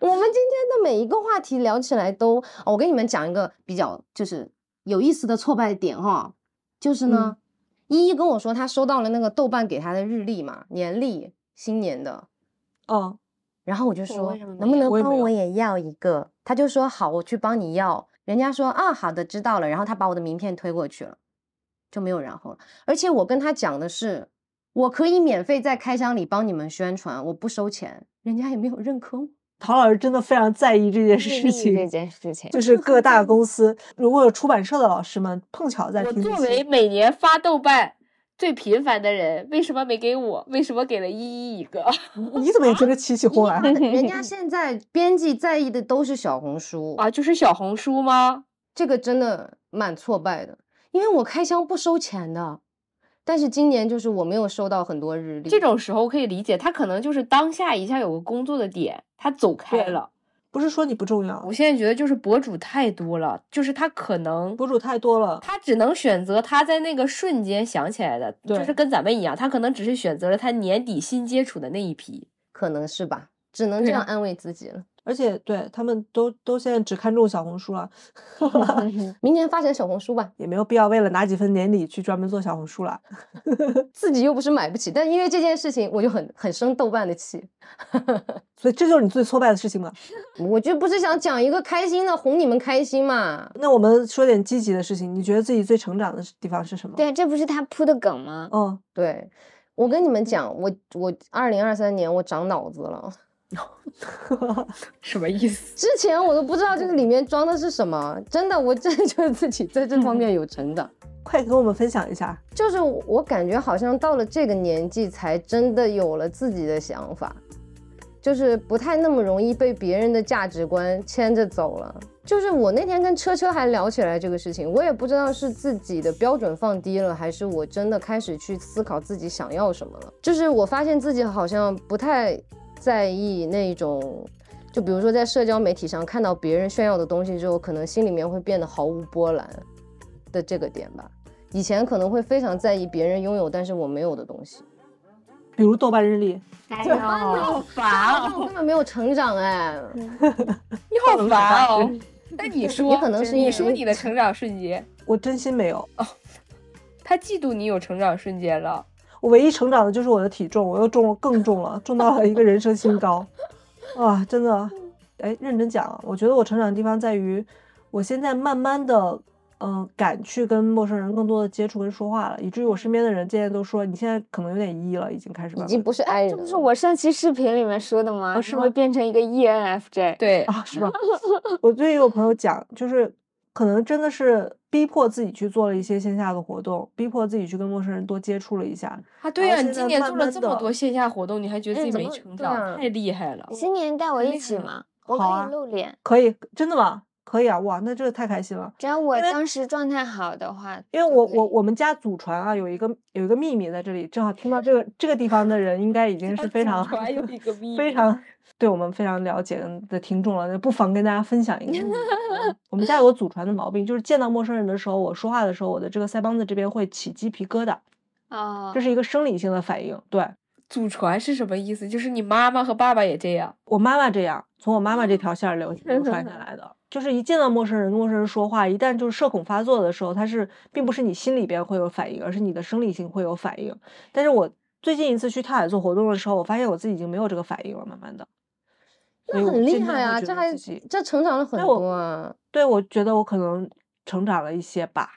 我们今天的每一个话题聊起来都，哦我跟你们讲一个比较就是有意思的挫败点哈，就是呢，依依跟我说她收到了那个豆瓣给她的日历嘛，年历，新年的，哦，然后我就我说为什么能不没能我也没帮我有也要一个，她就说好，我去帮你要。人家说啊，好的，知道了。然后她把我的名片推过去了，就没有然后了。而且我跟他讲的是，我可以免费在开箱里帮你们宣传，我不收钱，人家也没有认 可我。陶老师真的非常在意这件日事历这情，件事情 就，是各大公司如果有出版社的老师们碰巧在我听这作期为每年发豆瓣最频繁的人，为什么没给我？为什么给了依依一个？ 你怎么也觉得奇奇怪怪？人家现在编辑在意的都是小红书，啊，就是小红书吗？这个真的蛮挫败的，因为我开箱不收钱的，但是今年就是我没有收到很多日历。这种时候可以理解，他可能就是当下一下有个工作的点，他走开对了。不是说你不重要我，现在觉得就是博主太多了，就是他可能博主太多了。他只能选择他在那个瞬间想起来的，就对是跟咱们一样，他可能只是选择了他年底新接触的那一批。可能是吧，只能这对啊样安慰自己了。而且对他们都都现在只看重小红书了，明年发展小红书吧，也没有必要为了拿几分年底去专门做小红书了。自己又不是买不起，但因为这件事情，我就很很生豆瓣的气。所以这就是你最挫败的事情嘛。我就不是想讲一个开心的，哄你们开心嘛。那我们说点积极的事情，你觉得自己最成长的地方是什么？对，这不是他铺的梗吗？哦，对，我跟你们讲，我我二零二三年我长脑子了，什么意思？之前我都不知道这个里面装的是什么，真的，我真的觉得自己在这方面有成长。快跟我们分享一下。就是我感觉好像到了这个年纪，才真的有了自己的想法，就是不太那么容易被别人的价值观牵着走了。就是我那天跟车车还聊起来这个事情，我也不知道是自己的标准放低了，还是我真的开始去思考自己想要什么了。就是我发现自己好像不太在意那种，就比如说在社交媒体上看到别人炫耀的东西之后，可能心里面会变得毫无波澜的这个点吧。以前可能会非常在意别人拥有但是我没有的东西，比如豆瓣日历，哎呦，好烦但我哦！根本没有成长哎。你好烦哦！ 那你说，可能是因你为说你的成长瞬间，我真心没有。他嫉妒你有成长瞬间了。我唯一成长的就是我的体重，我又重了更重了，重到了一个人生新高，啊，真的，哎，认真讲啊，我觉得我成长的地方在于，我现在慢慢的，嗯、敢去跟陌生人更多的接触跟说话了，以至于我身边的人渐渐都说，你现在可能有点 E 了，已经开始已慢经慢不是 I 人这了，不是我上期视频里面说的吗？哦是你会吗啊变成一个 ENFJ？ 对，啊，是吧？我最近有朋友讲，就是可能真的是逼迫自己去做了一些线下的活动，逼迫自己去跟陌生人多接触了一下。啊，对然呀、后你现在今年慢做了慢这么地多线下活动，你还觉嗯得自己怎没么成对长，啊太厉害了！新年带我厉一起害嘛，我可好啊以露脸，可以，真的吗？可以啊，哇，那这个太开心了。只要我因为当时状态好的话，因为就我可我以我们家祖传啊，有一个有一个秘密在这里，正好听到这个这个地方的人，应该已经是非常还有一个秘密非常对我们非常了解的听众了，那不妨跟大家分享一个。 我们家有个祖传的毛病，就是见到陌生人的时候，我说话的时候，我的这个腮帮子这边会起鸡皮疙瘩，啊，这是一个生理性的反应。对祖传是什么意思？就是你妈妈和爸爸也这样，我妈妈这样，从我妈妈哦这条线儿流流传下来的，就是一见到陌生人，跟陌生人说话，一旦就是社恐发作的时候，它是并不是你心里边会有反应，而是你的生理性会有反应。但是我最近一次去跳海做活动的时候，我发现我自己已经没有这个反应了，慢慢的。所以那我很厉渐渐害会啊，觉这得还自己哎这成长了很那我多啊。对，我觉得我可能成长了一些吧，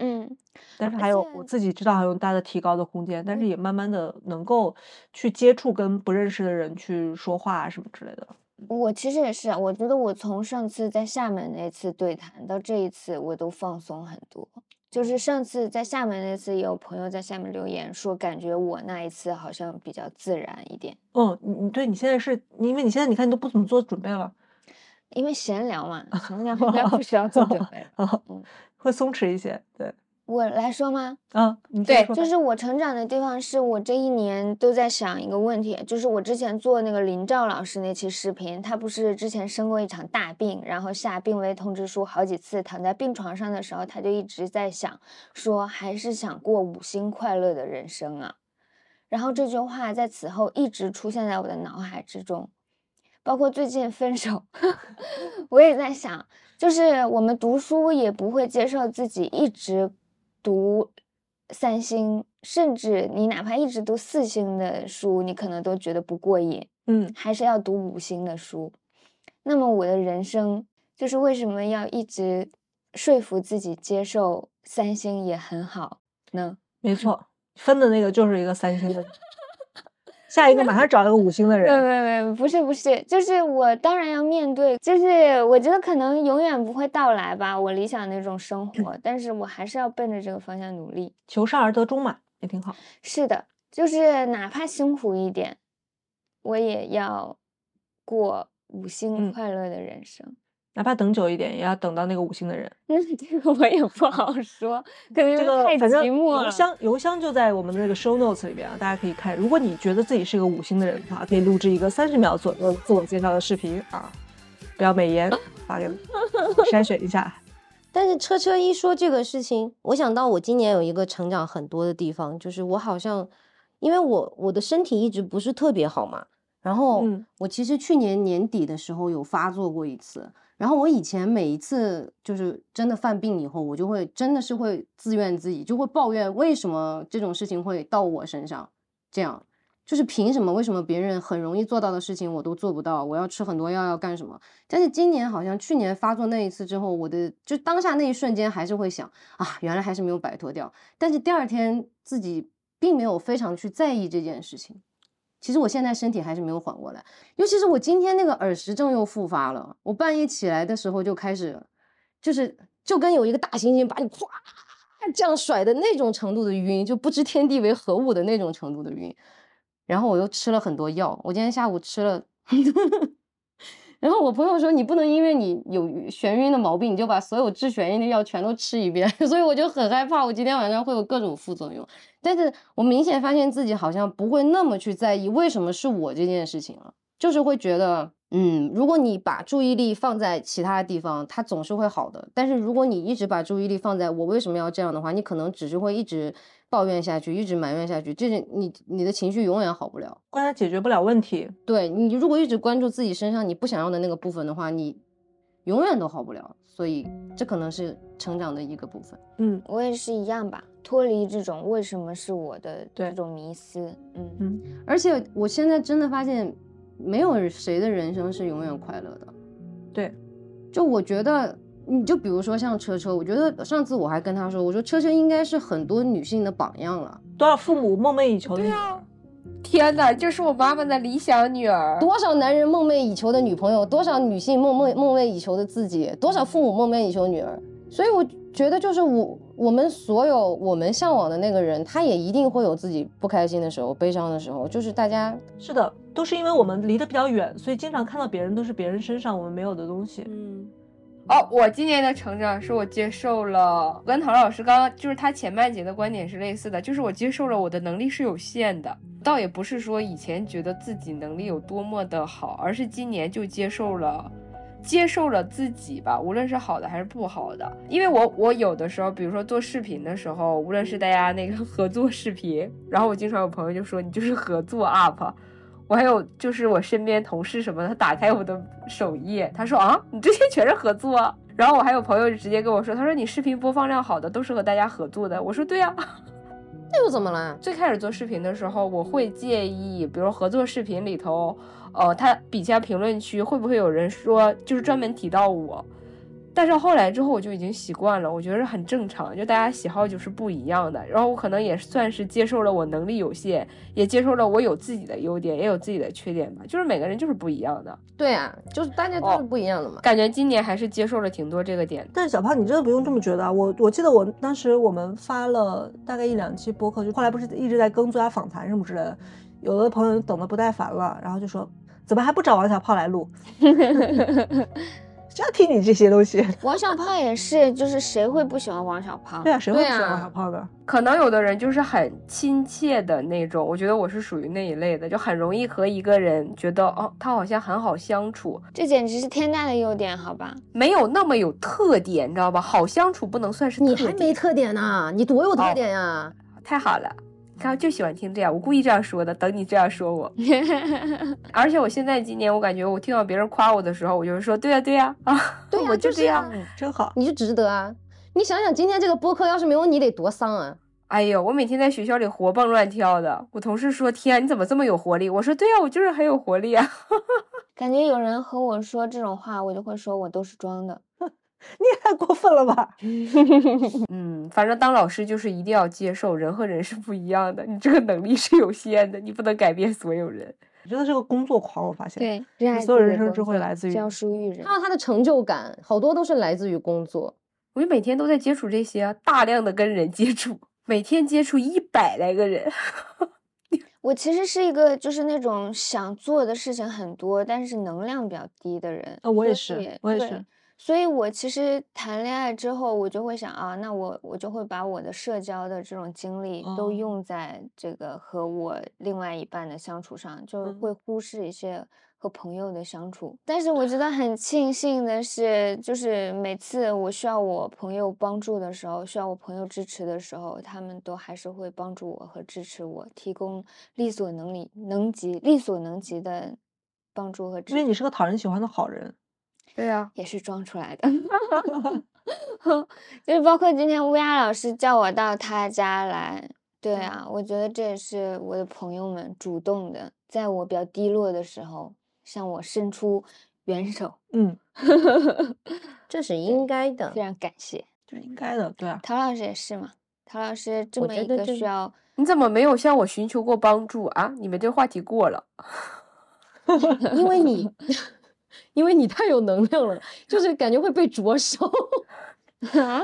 嗯，但是而还有且我自己知道还有很大的提高的空间，但是也慢慢的能够去接触跟不认识的人去说话啊什么之类的。我其实也是啊，我觉得我从上次在厦门那次对谈到这一次，我都放松很多。就是上次在厦门那次，也有朋友在下面留言说，感觉我那一次好像比较自然一点，嗯，你你对你现在是，因为你现在你看你都不怎么做准备了，因为闲聊 嘛，闲聊应该不需要做准备。 啊嗯，会松弛一些。对，我来说吗？啊，你接着对说吧就是我成长的地方，是我这一年都在想一个问题，就是我之前做那个林兆老师那期视频，他不是之前生过一场大病，然后下病危通知书好几次，躺在病床上的时候，他就一直在想，说还是想过五星快乐的人生啊。然后这句话在此后一直出现在我的脑海之中，包括最近分手， 我也在想，就是我们读书也不会接受自己一直读三星，甚至你哪怕一直读四星的书，你可能都觉得不过瘾，嗯，还是要读五星的书。那么我的人生就是为什么要一直说服自己接受三星也很好呢？没错，分的那个就是一个三 星的，下一个马上找一个五星的没有人。没呃有没有，不是不是，就是我当然要面对，就是我觉得可能永远不会到来吧，我理想那种生活，但是我还是要奔着这个方向努力。求善而得终嘛，也挺好。是的，就是哪怕辛苦一点，我也要过五嗯星快乐的人生。 哪怕等久一点，也要等到那个五星的人。那这个我也不 好说，可能嗯这因为个太反正寂寞邮了。箱邮箱就在我们的那个 show notes 里边啊，大家可以看。如果你觉得自己是个五星的人的话，可以录制一个三十秒左右的自我介绍的视频啊，不要美颜，发给筛选一下。但是车车一说这个事情，我想到我今年有一个成长很多的地方，就是我好像，因为我我的身体一直不是特别好嘛，然后嗯我其实去年年底的时候有发作过一次，然后我以前每一次就是真的犯病以后，我就会真的是会自怨自艾，就会抱怨为什么这种事情会到我身上，这样就是凭什么？为什么别人很容易做到的事情我都做不到？我要吃很多药要干什么？但是今年好像去年发作那一次之后，我的就当下那一瞬间还是会想啊，原来还是没有摆脱掉。但是第二天自己并没有非常去在意这件事情。其实我现在身体还是没有缓过来，尤其是我今天那个耳石症又复发了。我半夜起来的时候就开始，就是就跟有一个大猩猩把你咵这样甩的那种程度的晕，就不知天地为何物的那种程度的晕。然后我又吃了很多药，我今天下午吃了然后我朋友说，你不能因为你有眩晕的毛病，你就把所有治眩晕的药全都吃一遍， 所以我就很害怕，我今天晚上会有各种副作用。但是我明显发现自己好像不会那么去在意为什么是我这件事情了，就是会觉得，嗯，如果你把注意力放在其他地方，它总是会好的。但是如果你一直把注意力放在我为什么要这样的话，你可能只是会一直抱怨下去，一直埋怨下去，这是你你的情绪永远好不了。关键解决不了问题，对你如果一直关注自己身上你不想要的那个部分的话，你永远都好不了。所以这可能是成长的一个部分。嗯，我也是一样吧，脱离这种为什么是我的对这种迷思。嗯嗯而且我现在真的发现，没有谁的人生是永远快乐的。对，就我觉得，你就比如说像车车，我觉得上次我还跟他说，我说车车应该是很多女性的榜样了。都让父母梦寐以求的对女啊儿。天哪，这是我妈妈的理想女儿。多少男人梦寐以求的女朋友，多少女性梦梦梦寐以求的自己，多少父母梦寐以求女儿。所以我觉得，就是我我们所有我们向往的那个人，他也一定会有自己不开心的时候、悲伤的时候。就是大家是的，都是因为我们离得比较远，所以经常看到别人都是别人身上我们没有的东西。嗯。哦，我今年的成长是我接受了，跟唐老师刚刚就是他前半节的观点是类似的，就是我接受了我的能力是有限的，倒也不是说以前觉得自己能力有多么的好，而是今年就接受了，接受了自己吧，无论是好的还是不好的，因为我我有的时候，比如说做视频的时候，无论是大家那个 合作视频，然后我经常有朋友就说你就是合作 UP。我还有就是我身边同事什么的，他打开我的首页，他说啊，你这些全是合作、啊。然后我还有朋友直接跟我说，他说你视频播放量好的都是和大家合作的。我说对呀、啊，那又怎么啦？最开始做视频的时候，我会介意，比如合作视频里头，呃，他底下评论区会不会有人说就是专门提到我？但是后来之后我就已经习惯了，我觉得很正常，就大家喜好就是不一样的。然后我可能也算是接受了我能力有限，也接受了我有自己的优点，也有自己的缺点吧。就是每个人就是不一样的。对啊，就是大家都是不一样的嘛。哦、感觉今年还是接受了挺多这个点的。但是小胖，你真的不用这么觉得啊！我我记得我当时我们发了大概一两期播客，就后来不是一直在跟作家访谈什么之类的，有的朋友等的不耐烦了，然后就说怎么还不找王小胖来录？ 就要听你这些东西。王小胖也是，就是谁会不喜欢王小胖？对啊，谁会不喜欢王小胖的、啊？可能有的人就是很亲切的那种，我觉得我是属于那一类的，就很容易和一个人觉得哦，他好像很好相处。这简直是天大的优点，好吧？ 没有那么有特点，你知道吧？好相处不能算是特点。你还没特点呢、啊，你多有特点呀、啊哦！太好了。看，我就喜欢听这样，我故意这样说的。等你这样说我，而且我现在今年，我感觉我听到别人夸我的时候，我就是说，对呀、啊，对呀、啊，啊，对呀、 我就这样，就是啊、真好， 你就值得啊！你想想，今天这个播客要是没有你，得多丧啊！哎呦，我每天在学校里活蹦乱跳的，我同事说，天，啊你怎么这么有活力？我说，对呀，我就是很有活力啊！感觉有人和我说这种话，我就会说我都是装的。你也太过分了吧！嗯，反正当老师就是一定要接受人和人是不一样的，你这个能力是有限的，你不能改变所有人。你真的是个工作狂，我发现。对，你所有人生智慧来自于教书育人，还有他的成就感，好多都是来自于工作。我就每天都在接触这些、啊，大量的跟人接触，每天接触一百来个人。我其实是一个就是那种想做的事情很多，但是能量比较低的人。啊、哦，我也是，我也是。所以，我其实谈恋爱之后，我就会想啊，那我我就会把我的社交的这种精力哦都用在这个和我另外一半的相处上，就嗯会忽视一些和朋友的相处。但是，我觉得很庆幸的是，就是每次我需要我朋友帮助的时候，需要我朋友支持的时候，他们都还是会帮助我和支持我，提供力所能力、能及、力所能及的帮助和支持。因为你是个讨人喜欢的好人。对呀、啊，也是装出来的， 就是包括今天乌鸦老师叫我到他家来，对啊，我觉得这也是我的朋友们主动的，在我比较低落的时候向我伸出援手，嗯，这是应该的，非常感谢，这是应该的， 对啊，陶老师也是嘛，陶老师这么一个需要，你怎么没有向我寻求过帮助啊？你们这话题过了，因为你。因为你太有能量了，就是感觉会被灼烧。 啊，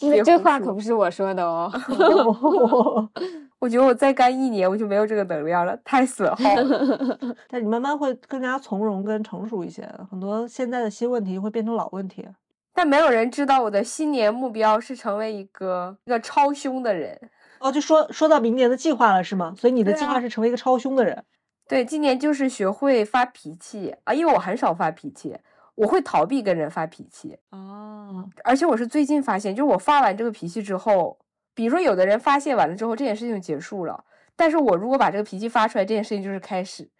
你这话可不是我说的哦。哦 我觉得我再干一年我就没有这个能量了， 太损耗了。 但你慢慢会更加从容跟成熟一些，很多现在的新问题会变成老问题。但没有人知道我的新年目标是成为一个一个超凶的人。哦，就说说到明年的计划了是吗？所以你的计划是成为一个超凶的人。对，今年就是学会发脾气啊，因为我很少发脾气，我会逃避跟人发脾气哦。而且我是最近发现，就是我发完这个脾气之后，比如说有的人发泄完了之后，这件事情结束了，但是我如果把这个脾气发出来，这件事情就是开始，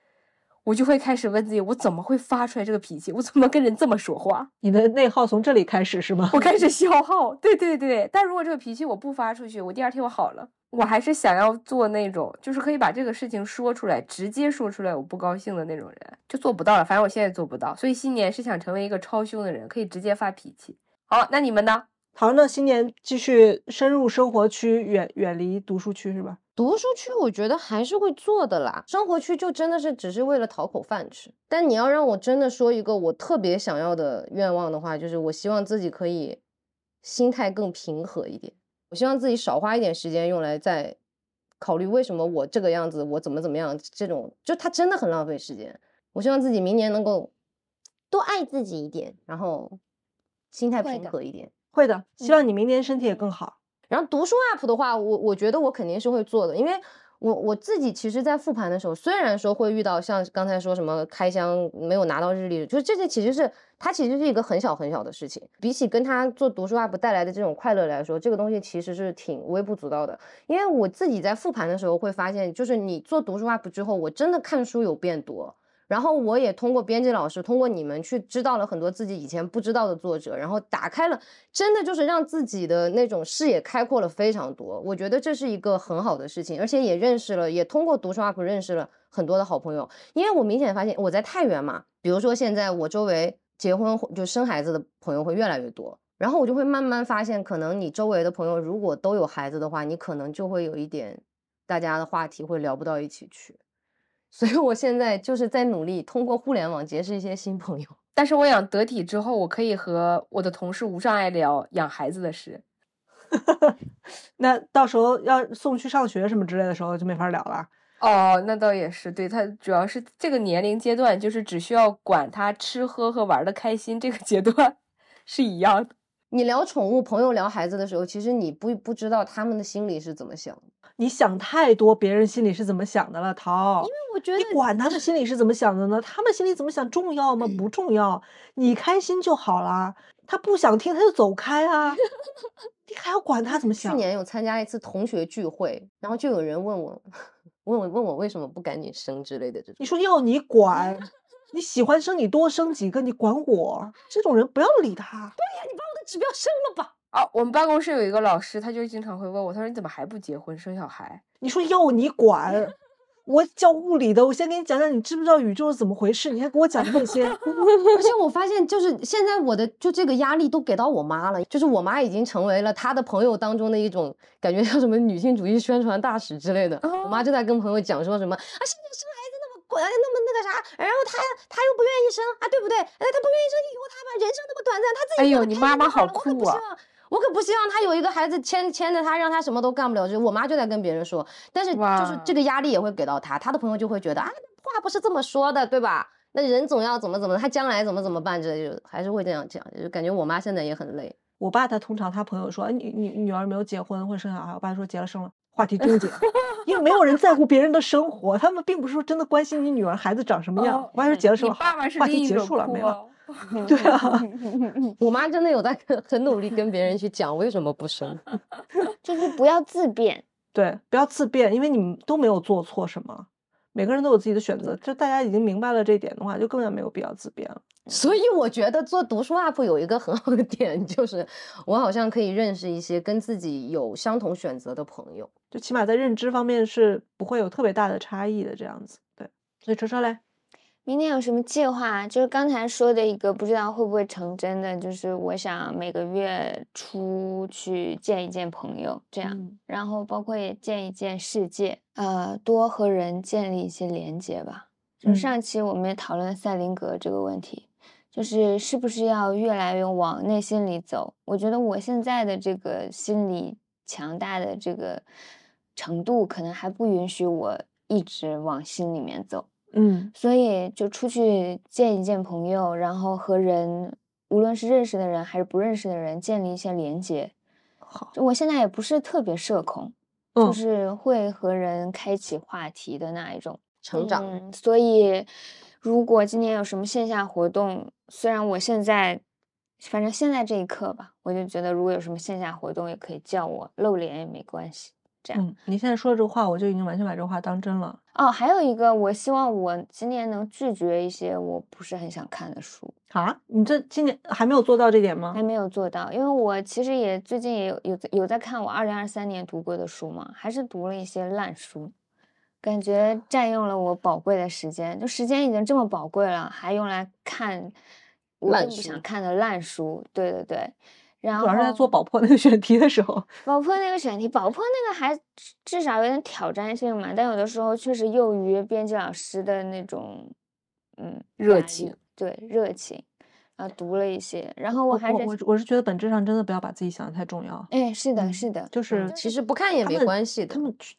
我就会开始问自己，我怎么会发出来这个脾气？我怎么跟人这么说话？你的内耗从这里开始是吗？我开始消耗，对对对。但如果这个脾气我不发出去，我第二天我好了。我还是想要做那种，就是可以把这个事情说出来，直接说出来我不高兴的那种人，就做不到了。反正我现在做不到，所以新年是想成为一个超凶的人，可以直接发脾气。好，那你们呢？好，那新年继续深入生活区，远远离读书区是吧？读书区我觉得还是会做的啦，生活区就真的是只是为了讨口饭吃。但你要让我真的说一个我特别想要的愿望的话，就是我希望自己可以心态更平和一点，我希望自己少花一点时间用来在考虑为什么我这个样子，我怎么怎么样，这种就它真的很浪费时间。我希望自己明年能够多爱自己一点，然后心态会平的和一点。会的，希望你明年身体也更好。然后读书 app 的话，我我觉得我肯定是会做的，因为我我自己其实，在复盘的时候，虽然说会遇到像刚才说什么开箱没有拿到日历，就是这些其实是它其实是一个很小很小的事情，比起跟他做读书 app 带来的这种快乐来说，这个东西其实是挺微不足道的。因为我自己在复盘的时候会发现，就是你做读书 app 之后，我真的看书有变多。然后我也通过编辑老师，通过你们去知道了很多自己以前不知道的作者，然后打开了，真的就是让自己的那种视野开阔了非常多。我觉得这是一个很好的事情，而且也认识了，也通过读书 app 认识了很多的好朋友。因为我明显发现我在太原嘛，比如说现在我周围结婚或就生孩子的朋友会越来越多，然后我就会慢慢发现，可能你周围的朋友如果都有孩子的话，你可能就会有一点大家的话题会聊不到一起去。所以我现在就是在努力通过互联网结识一些新朋友。但是我养得体之后，我可以和我的同事无障碍聊养孩子的事。那到时候要送去上学什么之类的时候就没法聊了。哦，那倒也是，对他主要是这个年龄阶段，就是只需要管他吃喝和玩的开心，这个阶段 是一样的。你聊宠物、朋友聊孩子的时候，其实你不不知道他们的心里是怎么想的。你想太多，别人心里是怎么想的了，桃。我觉你管他们心里是怎么想的呢？他们心里怎么想重要吗？不重要，你开心就好啦。他不想听，他就走开 啊！你还要管他怎么去想？年有参加一次同学聚会，然后就有人问我， 问我问我为什么不赶紧生之类的这种。你说要你 管，你喜欢生你多生几个，你管我这种人不要理他。我的指标生了吧？啊，我们办公室有一个老师，他就经常会问我，他说你怎么还不结婚生小孩？你说要你 管，我教物理的，我先给你讲讲，你知不知道宇宙是怎么回事？你还给我讲这些，而且我发现，就是现在我的就这个压力都给到我妈了，就是我妈已经成为了她的朋友当中的一种感觉，像什么女性主义宣传大使之类的。我妈就在跟朋友讲说什么啊，现在生孩子那么管，那么那个啥，然后她她又不愿意生啊，对不对？哎，她不愿意生，以后她吧，人生那么短暂，她自己哎呦过得你开妈心就妈好了好我可酷不希啊望我可不希望她有一个孩子牵牵着她，让她什么都干不了。就是我妈就在跟别人说，但是就是哇这个压力也会给到她，她的朋友就会觉得啊，话不是这么说的，对吧？那人总要怎么怎么，他将来怎么怎么办之类的，就还是会这样讲。就感觉我妈现在也很累。我爸他通常他朋友说，哎，你你女儿没有结婚或者生小孩，我爸说结了生了，话题终结，因为没有人在乎别人的生活，他们并不是说真的关心你女儿孩子长什么样。哦我爸说结了生你了，爸好爸是话另题一结种束了，没酷了。哦对啊，我妈真的有在 很很努力跟别人去讲为什么不 生。就是不要自辩。对，不要自辩，因为你们都没有做错什么，每个人都有自己的选择。就大家已经明白了这一点的话，就更加没有必要自辩了。所以我觉得做读书 app 有一个很好的点，就是我好像可以认识一些跟自己有相同选择的朋友。就起码在认知方面是不会有特别大的差异的，这样子。对，所以车车嘞，明年有什么计划？啊就是刚才说的一个，不知道会不会成真的，就是我想每个月初去见一见朋友，这样，嗯然后包括也见一见世界，呃，多和人建立一些连接吧。就嗯上期我们也讨论赛林格这个问题，就是是不是要越来越往内心里走？我觉得我现在的这个心理强大的这个程度，可能还不允许我一直往心里面走。嗯所以就出去见一见朋友，然后和人，无论是认识的人还是不认识的人，建立一些连接。好，就我现在也不是特别社恐，嗯就是会和人开启话题的那一种。成长，嗯，所以如果今年有什么线下活动，虽然我现在，反正现在这一刻吧，我就觉得如果有什么线下活动，也可以叫我，露脸也没关系。这样嗯，你现在说这个话，我就已经完全把这个话当真了。哦，还有一个，我希望我今年能拒绝一些我不是很想看的书。啊，你这今年还没有做到这点吗还？没有做到，因为我其实也最近也有有在有在看我二零二三年读过的书嘛，还是读了一些烂书，感觉占用了我宝贵的时间。就时间已经这么宝贵了，还用来看我烂并不书想看的烂书，对对对。然主后要是在做宝珀那个选题的时候，宝珀那个选题，宝珀那个还至少有点挑战性嘛，但有的时候确实囿于编辑老师的那种，嗯，热压力情，对热情，啊，读了一些，然后我 我还我是，我是觉得本质上真的不要把自己想的太重要，哎，是的，嗯是的，就是其实不看也他没们关系的他。们群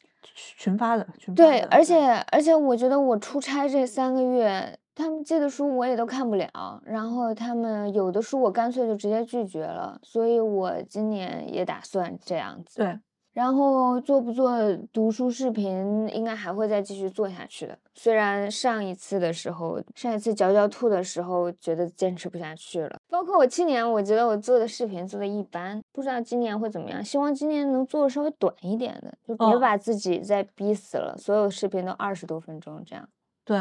群发的，群发对，的而且而且我觉得我出差这三个月，他们借的书我也都看不了，然后他们有的书我干脆就直接拒绝了，所以我今年也打算这样子。对，然后做不做读书视频，应该还会再继续做下去的。虽然上一次的时候，上一次嚼嚼兔的时候，觉得坚持不下去了。包括我去年，我觉得我做的视频做的一般，不知道今年会怎么样。希望今年能做稍微短一点的，就别哦把自己再逼死了。所有视频都二十多分钟这样，对，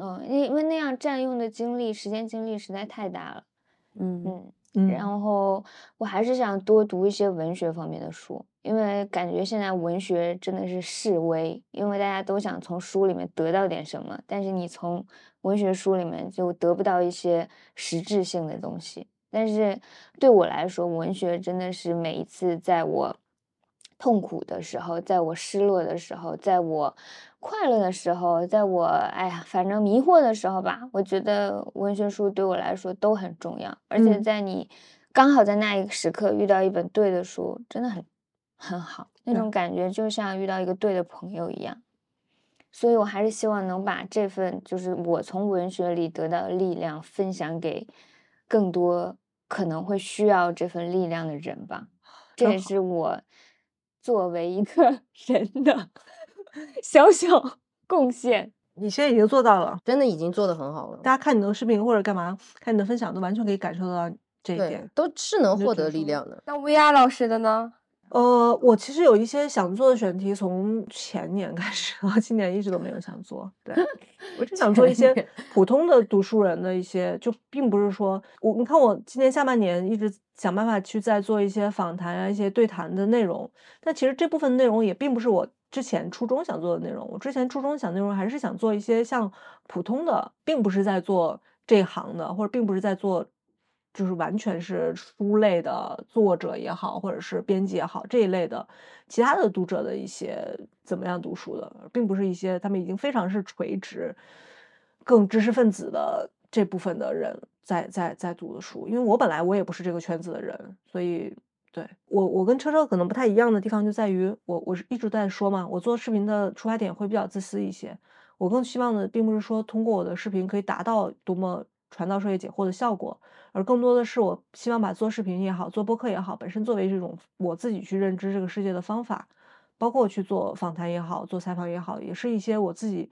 嗯，因因为那样占用的精力、时间精力实在太大了。嗯嗯，嗯，然后我还是想多读一些文学方面的书，因为感觉现在文学真的是示威，因为大家都想从书里面得到点什么，但是你从文学书里面就得不到一些实质性的东西。但是对我来说，文学真的是每一次在我痛苦的时候，在我失落的时候，在我快乐的时候，在我哎呀，反正迷惑的时候吧，我觉得文学书对我来说都很重要。而且嗯在你刚好在那一个时刻遇到一本对的书，真的很很好，那对种感觉就像遇到一个对的朋友一样。所以我还是希望能把这份就是我从文学里得到的力量分享给更多可能会需要这份力量的人吧。这啊真也好是我作为一个 人的小小贡献。你现在已经做到了，真的已经做得很好了，大家看你的视频或者干嘛，看你的分享都完全可以感受到这一对点，。都是能你就获只得是力说量的。那薇娅老师的呢？呃，我其实有一些想做的选题，从前年开始，然后今年一直都没有想做。对， 我只想做一前些年普通的读书人的一些，就并不是说我，你看我今年下半年一直想办法去再做一些访谈啊、一些对谈的内容，但其实这部分内容也并不是我之前初衷想做的内容。我之前初衷想内容还是想做一些像普通的，并不是在做这一行的，或者并不是在做就是完全是书类的作者也好，或者是编辑也好这一类的其他的读者的一些怎么样读书的，并不是一些他们已经非常是垂直更知识分子的这部分的人在在在读的书。因为我本来我也不是这个圈子的人，所以对我，我跟车车可能不太一样的地方就在于，我我是一直在说嘛，我做视频的出发点会比较自私一些。我更希望的并不是说通过我的视频可以达到多么传道授业解惑的效果，而更多的是我希望把做视频也好，做播客也好，本身作为这种我自己去认知这个世界的方法，包括去做访谈也好，做采访也好，也是一些我自己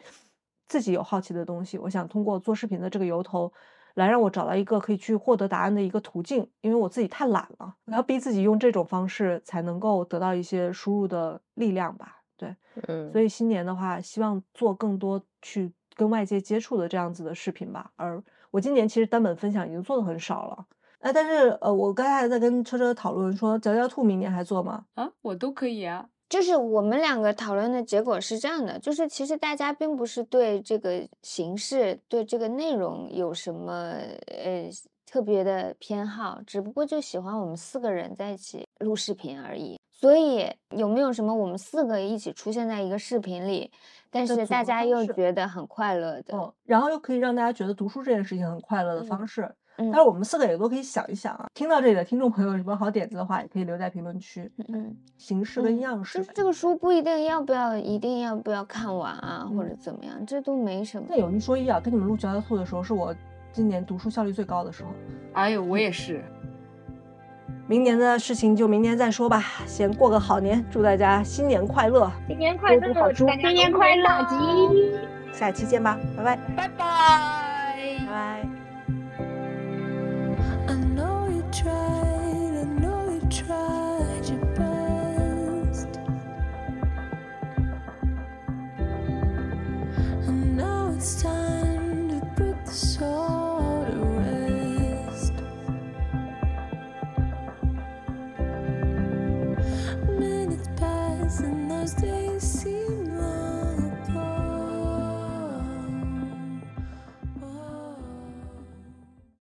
自己有好奇的东西。我想通过做视频的这个由头，来让我找到一个可以去获得答案的一个途径，因为我自己太懒了，我要逼自己用这种方式才能够得到一些输入的力量吧。对，嗯，所以新年的话，希望做更多去跟外界接触的这样子的视频吧。而我今年其实单本分享已经做的很少了，哎，但是呃，我刚才还在跟车车讨论说，嚼嚼兔明年还做吗？啊，我都可以啊。就是我们两个讨论的结果是这样的，就是其实大家并不是对这个形式、对这个内容有什么呃特别的偏好，只不过就喜欢我们四个人在一起录视频而已。所以有没有什么我们四个一起出现在一个视频里，但的是组大合家方又式觉得很快乐的？嗯，然后又可以让大家觉得读书这件事情很快乐的方嗯式。嗯但是我们四个也都可以想一想啊。听到这里的听众朋友有什么好点子的话，也可以留在评论区。嗯，形式跟嗯样就式是呗，这个书不一定要不要，一定要不要看完啊，或者嗯怎么样，这都没什么但。有一说一啊，跟你们录《嚼嚼兔》的时候，是我今年读书效率最高的时候。哎呦，我也是。明年的事情就明年再说吧，先过个好年，祝大家新年快乐，新年快多读好乐，书祝大家新年快乐！下期见吧，拜拜，拜拜，拜拜。 I know you try. Oh.